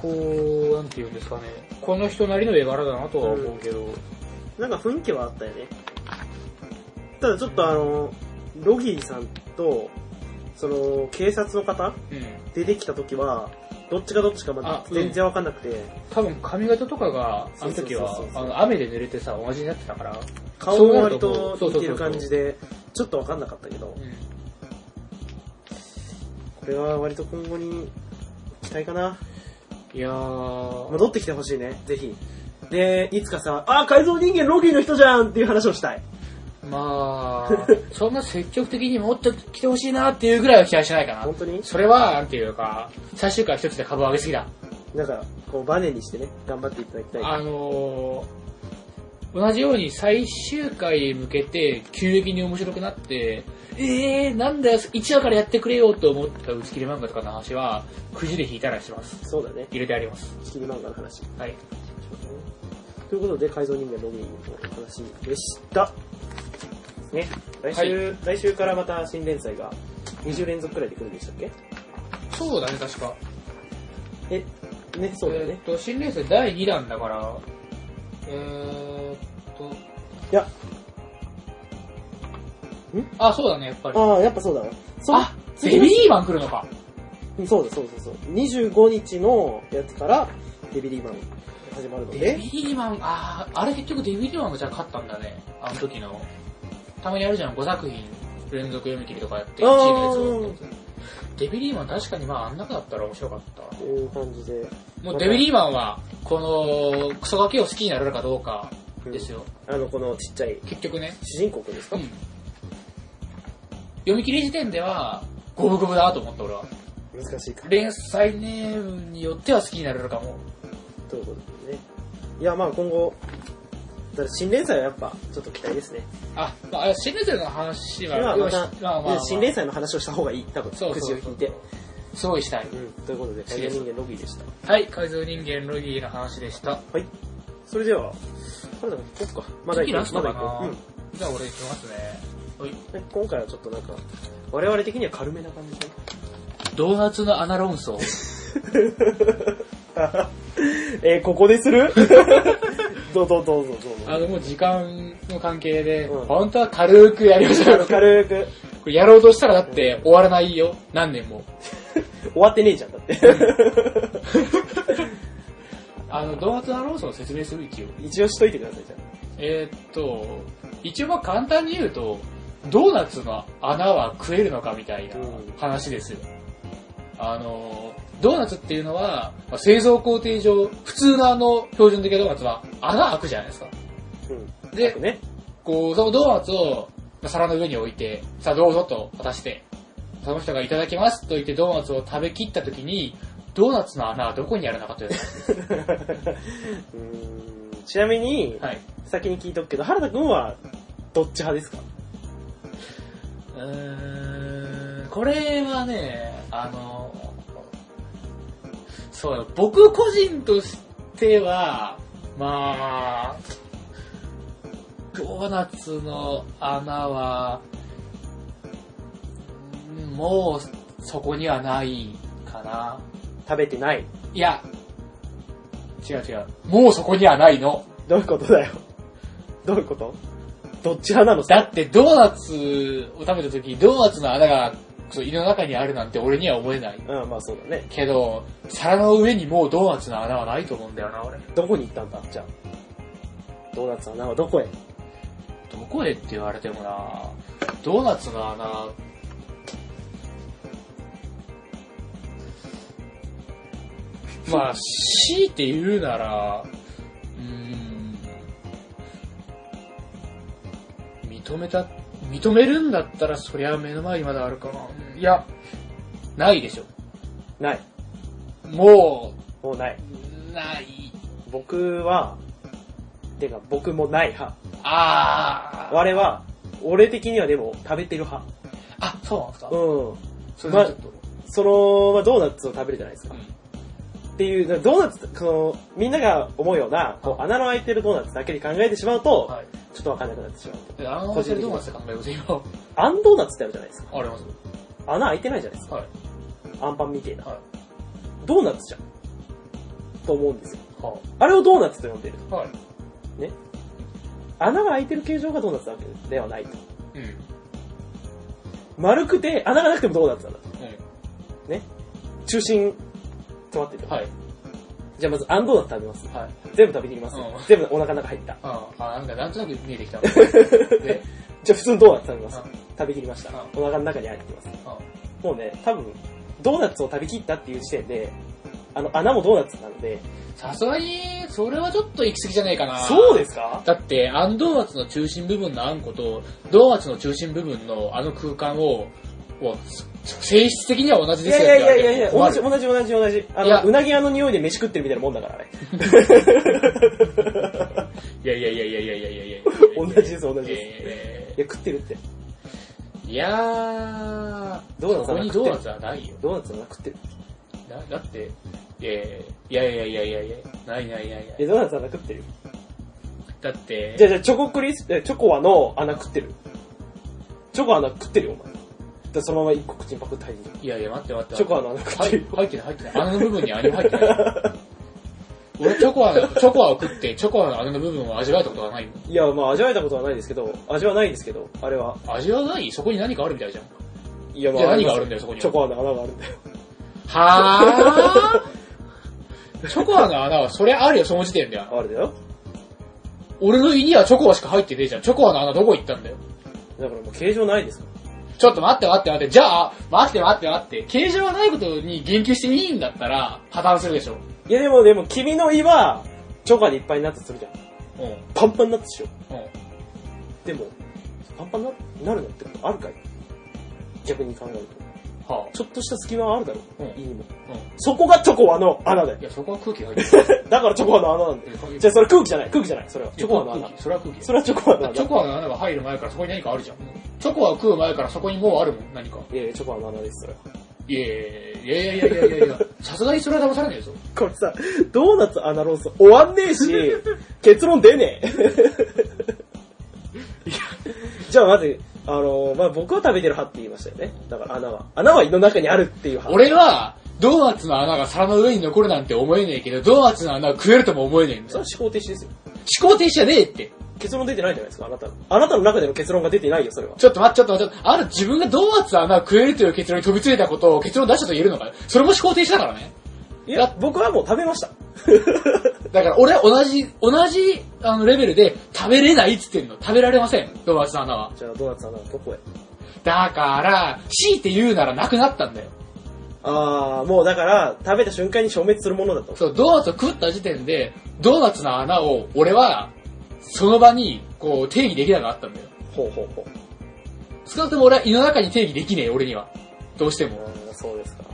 こうなんて言うんですかねこの人なりの絵柄だなとは思うけど、なんか雰囲気はあったよね。ただちょっとあの、ロギーさんと、その、警察の方うん出てきた時は、どっちがどっちかまあで全然わかんなくて、多分髪型とかがあの時はそうそうそうそうあの雨で濡れてさ同じになってたから、顔そうもな割るともとうそうそうそ似うそうてる感じで、ちょっとわかんなかったけどう、ん、これは割と今後に期待かな。いやー戻ってきてほしいね、ぜひ。で、いつかさ、あ、改造人間ロギーの人じゃんっていう話をしたい。 まあそんな積極的に持ってきてほしいなっていうぐらいは期待しないかな本当にそれは、なんていうか、最終回一つで株上げすぎだ。なんか、こうバネにしてね、頑張っていただきたい。あのー、同じように最終回へ向けて急激に面白くなって、えー、なんだよ、1話からやってくれよと思ってた打ち切り漫画とかの話は、くじで引いたらします。そうだね、入れてあります。仕切り漫画の話。はい。ということで、改造人間ロビンの話でした。ね、来週、来週からまた新連載が20連続くらいで来るんでしたっけそうだね、確か。え、ね、そうだよえーねっ。と、新連載第2弾だから、えーっと、いや、あ、そうだね、やっぱり。ああ、やっぱそうだわ。そうあ、ベビーマン来るのか。うんそうだ、そうそうそう。25日のやつから、デビリーマン始まるのデで、ビリーマン、あーあれ結局デビリーマンがじゃあ勝ったんだね。あの時の。たまにあるじゃん、5作品連続読み切りとかやって、チあーームでそうデビリーマン確かにまああん中だったら面白かった。という感じで、もうデビリーマンは、この、クソガキを好きになれるかどうかうんですよ。あの、このちっちゃい結局ね。主人公くんですうかん。読み切り時点では、五分五分だと思った俺は。難しいか。連載ネームによっては好きになれるかも。ということでね。いや、まあ今後、だから新連載はやっぱ、ちょっと期待ですね。あ、まああれ、新連載の話は、今はまた、まあまあまあ新連載の話をした方がいい、多分。そうそうそう口を引いて。すごいしたい。うん。ということで、そう大で変す人間ロビーでした。はい、改造人間ロギーの話でした。はい。それでは、これでも行こうか。まだ次行ラこスう。まトだか行こな、う。うん。じゃあ俺行きますね。はい。ね今回はちょっとなんか、我々的には軽めな感じで。ドーナツの穴論争。 えー、ここでするどうぞどうぞどうぞ。 あの、もう時間の関係で、うん本当は軽くやりましょう。こ軽く、れやろうとしたらだって終わらないよ。何年も。終わってねえじゃん、だって。あの、ドーナツアローソンを説明する一応。一応しといてください、じゃえーっと、一応まあ簡単に言うと、ドーナツの穴は食えるのかみたいなうん話ですよ。あの、ドーナツっていうのは、まあ製造工程上、普通のあの、標準的なドーナツは穴開くじゃないですか。あ。うん。で早く、ね。こう、そのドーナツをまあ皿の上に置いて、さあどうぞと渡して、その人がいただきますと言ってドーナツを食べきった時に、ドーナツの穴はどこにあるのかという。うーんちなみ に、はい。先に聞いとくけど、原田くんは、どっち派ですかうーんこれはね、あの、そうよ、僕個人としては、まあ、ドーナツの穴は、うんもうそこにはないかな。食べてない。いや、違う違う。もうそこにはないの。どういうことだよ。どういうことどっち派なのだってドーナツを食べた時、ドーナツの穴がそう胃の中にあるなんて俺には思えない。うん、まあそうだね。けど、皿の上にもうドーナツの穴はないと思うんだよな、俺。どこに行ったんだじゃあ。ドーナツの穴はどこへどこへって言われてもな、ドーナツの穴、まあ、強いて言うなら、うーん、認めた、認めるんだったらそりゃ目の前にまだあるかな。いや、ないでしょ。ない。ももうない。う、ない。僕は、てか僕もない派。あー。我は、俺的にはでも食べてる派。あ、そうなんですかうん。それはちょっと。その、まあ、ドーナツを食べるじゃないですか。っていう、だからドーナツ、この、みんなが思うような、こう、穴の開いてるドーナツだけで考えてしまうと、はい。ちょっとわかんなくなってしまうと。え、あの、個個人人的にどうなんですか考えようぜ、今。あんドーナツってあるじゃないですか。あります穴開いてないじゃないですはい。か。アンパンみてえな。はドーナツじゃん。と思うんですよ。い。はあれをドーナツと呼んでる。い。はい。穴が開いてる形状がドーナツなわけではないと。うん。うん。丸くて、穴がなくてもドーナツなんだと。中心、止まってて。はい。じゃあまず、あんドーナツ食べます。はい。全部食べてきます。うん全部お腹の中入った。ああ、なんか、なんとなく見えてきた。で、じゃあ普通のドーナツ食べますあ。食べきりましたうん。お腹の中に入ってます。あもうね、多分、ドーナツを食べきったっていう時点で、あの、穴もドーナツなんで、さすがに、それはちょっと行き過ぎじゃないかな。そうすですかだって、あんドーナツの中心部分のあんこと、ドーナツの中心部分のあの空間を、を性質的には同じいですやよいってやい言わやれいても困やいや、同るじ、同じ同じ同じ。あいやの、うなぎ屋の匂いで飯食ってるみたいなもんだから、あれ。いやいやいやいやいやいやいやいや同じです、同じです。えいや、食ってるって。ーいやー、ドーナツそはこなにくてドーナツはないよ。ドーナツはなくてる。なだって、いやいやいやいやいやいやいや、ないないないないい。や、ドーナツはなくってる。だって、じゃあじゃあチョコクリス、えチョコはの穴食ってる。チョコは穴食ってるよ、お前。だからそのまま一個口にパクって入る。いやいや、待って待って待って。チョコはの穴食っはている。入ってない入ってない。穴の部分に穴入ってない。俺、チョ コア、チョコアを食って、チョコアの穴の部分を味わえたことがないもんいや、まあ味わえたことはないですけど、味はないですけど、あれは。味はないそこに何かあるみたいじゃん。いや、まじゃああ。何がありまするんだよ、そこには。チョコはの穴があるんだよ。は ぁチョコアの穴は、それあるよ、その時点では。あるだよ。俺の胃にはチョコアしか入ってねえじゃん。チョコアの穴どこ行ったんだよ。だからもう形状ないですからちょっと待って待って待って、じゃあ、待って待って待って、形状がないことに言及していいんだったら、破綻するでしょ。いやでもでも、君の胃は、チョコでいっぱいになったとするじゃん。うん。うパンパンになったでしょ。ん。でも、パンパンにななるのってことあるかい逆に考えると。はちょっとした隙間はあるだろうん胃にも。ぁ、うん。そこがチョコはの穴だよい。や、そこは空気が入ってる。だからチョコはの穴なんだよ。いやじゃあそれ空気じゃない、空気じゃない、それは。チョコはの穴空。気それは空気。それはチョコはの穴。チョコアの穴が入る前からそこに何かあるじゃん。チョコアを食う前からそこにもうあるもん、何か。いやいや、チョコはの穴です、それは。いやいやいやいやいやいやいやいやさすがにそれは騙されないぞ。これさ、ドーナツ穴ロース終わんね えし、結論出ねえ。じゃあまず、あのまあ、僕は食べてる派って言いましたよね。だから穴は。穴は胃の中にあるっていう派。俺は、ドーナツの穴が皿の上に残るなんて思えねえけど、ドーナツの穴を食えるとも思えねえんだそれよは。思考停止ですよ。思考停止じゃねえって。結論出てないじゃないですか、あなたの。あなたの中での結論が出てないよ、それは。ちょっと待って、ちょっと待って、ある自分がドーナツの穴を食えるという結論に飛びついたことを結論出したと言えるのかよそれも思考停止だからね。いだや、僕はもう食べました。だから俺は同じ、同じあのレベルで食べれないっつってんの。食べられません、ドーナツの穴は。じゃあ、ドーナツさんのどこへだから、強いて言うならなくなったんだよ。あー、もうだから、食べた瞬間に消滅するものだと。そう、ドーナツを食った時点で、ドーナツの穴を俺は、その場に、こう、定義できなかったんだよ。ほうほうほう。少なくとも俺は胃の中に定義できねえ、俺には。どうしても。あーそうですか。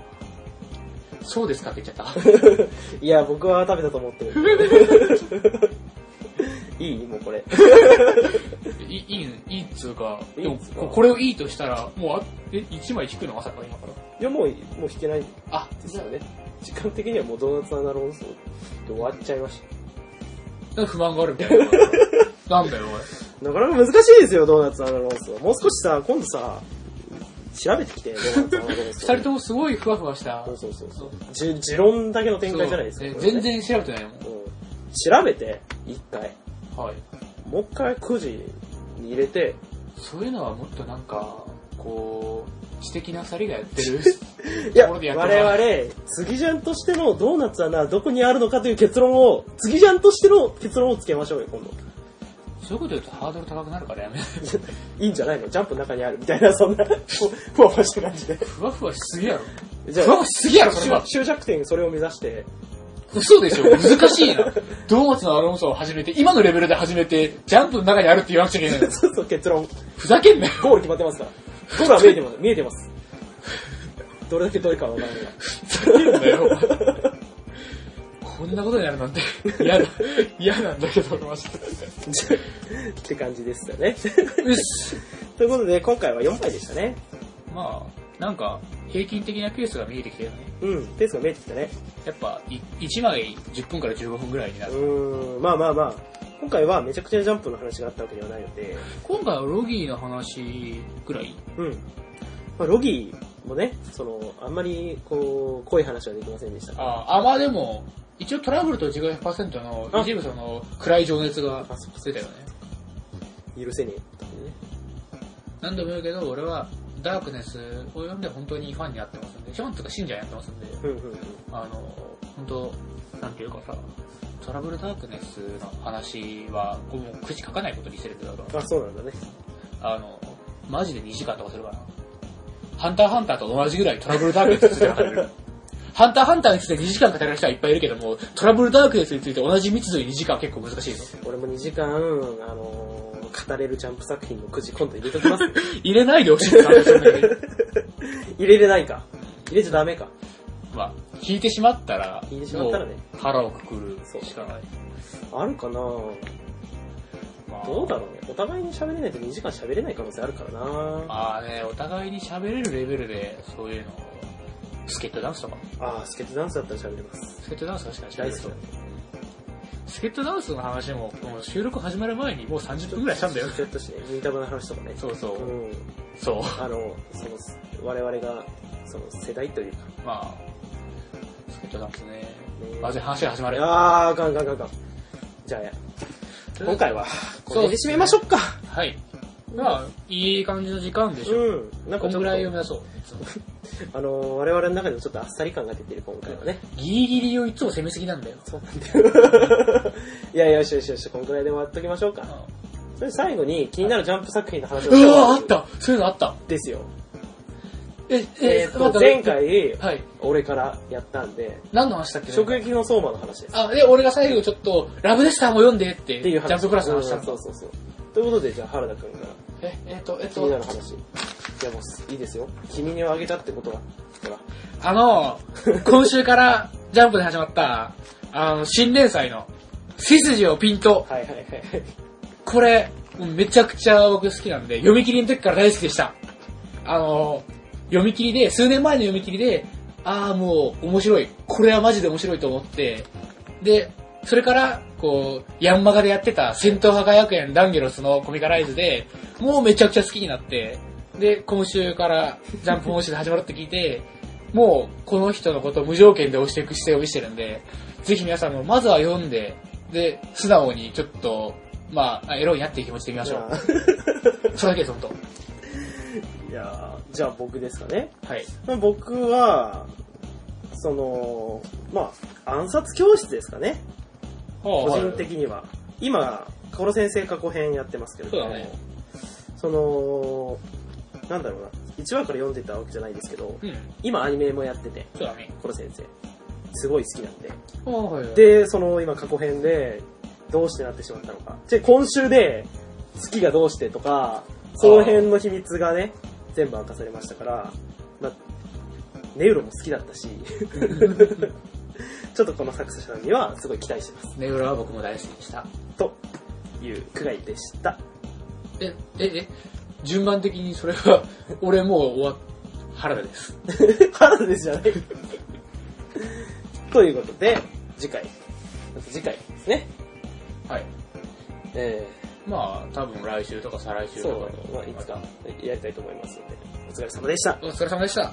そうですかって言っちゃった。いや、僕は食べたと思ってる。いいもうこれ。 いい、いい、いいっつうか、いでいもっつうかここれをいいとしたら、もうあ、え、1枚引くのまさか今から。いや、もう、もう引けないであ、すよね。時間的にはもうドーナツアナロンソで終わっちゃいました。なんか不満があるみたい な。なんだよ、なかなか難しいですよ、ドーナツアナロンソもう少しさ、今度さ、調べてきて、ドーナツアナロンおい。ソ 二人ともすごいふわふわした。そうそうそうそうう。じ持論だけの展開じゃないですか。そうねこれね全。然調べてないもん。うん調べて、一回。はい。もう一回9時に入れて、そういうのはもっとなんか、こう、知的な二人がやって る。いや、ところで我やってもらう々、次ジャンとしてのドーナツはな、どこにあるのかという結論を、次ジャンとしての結論をつけましょうよ、今度。そういうこと言うとハードル高くなるからやめ。いいんじゃないのジャンプの中にあるみたいな、そんな、ふふわふわした感じで。ふわふわしすぎやろ。じゃふわふわしすぎやろ、あ、それは終。終着点、それを目指して、 嘘でしょ難しいな。ドーナツのアロンソを始めて、今のレベルで始めて、ジャンプの中にあるって言わなくちゃいけないの。そうそう、結論。ふざけんなよ。ゴール決まってますから。ゴールは見えてます。見えてます。どれだけ遠いかはわからないが。ふざけんなよ。こんなことになるなんて、嫌だ。嫌なんだけど、マジで。って感じですよね。うっす。 ということで、今回は4回でしたね。まあ、なんか、平均的なペースが見えてきたよね。うん、ペースが見えてきたね。やっぱ、1枚10分から15分ぐらいになうる。ーん、まあまあまあ。今回はめちゃくちゃジャンプの話があったわけではないので、今回はロギーの話ぐらいうん。まあ、ロギーもね、その、あんまり、こう、濃い話はできませんでしたが。ああ、まあでも、一応トラブルと違う100%のあ一部その暗い情熱があそう出たよね。許せねえってことでね。何度も言うけど、俺はダークネスを読んで本当にファンになってますんで、ファンとか信者になってますんで、うんうんうん。あの、本当、なんていうかさ、トラブルダークネスの話は、もう口書かないことにしてるけど、あ、そうなんだね。あの、マジで2時間とかするかな。ハンターハンターと同じぐらいトラブルダークネスについて語れ る。ハンターハンターについて2時間語れる人はいっぱいいるけども、トラブルダークネスについて同じ密度に2時間は結構難しいぞ。俺も2時間、あのー語れるジャンプ作品のくじ今度入れときます。 入れないでほしいって話なんだけど入れれないか。入れちゃダメか。まあ、引いてしまったら、引いてしまったらねもう腹をくくるそうしかない。あるかなまあどうだろうね。お互いに喋れないと2時間喋れない可能性あるからなまあね、お互いに喋れるレベルで、そういうのを、スケットダンスとか、あー、スケットダンスだったら喋れます。スケットダンスはしか喋れる大好き人だね。スケットダンスの話も、もう収録始まる前にもう30分くらいしたんだよ。ちょっとして、ミータブの話とかね。そうそう。うん。そう。あの、その、我々が、その世代というか、まあ、スケットダンスね。ねまず話が始まる。あー、ガンガンガンガン。じゃあ、今回は、これで締めましょうか。はい。まあ、いい感じの時間でしょ。うん。なんこかんちょぐらいをっ目指そう。と、あの、我々の中でもちょっとあっさり感が出てる、今回はね。ギリギリをいつも攻めすぎなんだよ。そうなんだよ。 いやいや、よしよしよし、こんくらいで終わっときましょうか。それで最後に、気になるジャンプ作品の話をうわあしったたそういうのあったですよ。え、えーまったと、前回、はい。俺からやったんで、何の話だっけ直撃の相馬の話です。あ、で、俺が最後ちょっと、ラブレスターも読んでって、っていう話。ジャンププラスの話したうんそのう。そうそう。ということで、じゃあ、原田くんから。え、えっと、えっ気になとる、話。いやもう、いいですよ。君にあげたってことは。ほら。あ の、今週からジャンプで始まった、あの、新連載の、背筋をピンと、はい はいはい。これ、もうめちゃくちゃ僕好きなんで、読み切りの時から大好きでした。あの、読み切りで、数年前の読み切りで、ああ、もう面白い。これはマジで面白いと思って、で、それから、こう、ヤンマガでやってた戦闘派科学園ダンゲロスのコミカライズで、もうめちゃくちゃ好きになって、で、今週からジャンプ本誌で始まるって聞いて、もうこの人のことを無条件で押していく姿勢を見せてるんで、ぜひ皆さんもまずは読んで、で、素直にちょっと、まあ、エロいなっていう気持ちで見ましょう。それだけです、ほんと。いやーじゃあ僕ですかね。はい。まあ僕は、その、まあ、暗殺教室ですかね。個人的には。今、カオロ先生過去編やってますけれども、そうだねその、なんだろうな、1話から読んでたわけじゃないですけど、うん。今アニメもやってて、そうだね。コロ先生。すごい好きなんで。はい、で、その今過去編で、どうしてなってしまったのか。で、今週で、好きがどうしてとか、その辺の秘密がね、全部明かされましたから、まあ、ネウロも好きだったし、 ちょっとこの作者さんにはすごい期待してます。ネウラは僕も大好きでした。というくらいでした。え、え、え、順番的にそれは、 俺もう終わっ、原田です。原田ですじゃない。ということで、次回、次回ですね。はい。えまあ、多分来週とか再来ー、週そとかう、まあ、いつかやりたいと思いますので、お疲れ様でした。お疲れ様でした。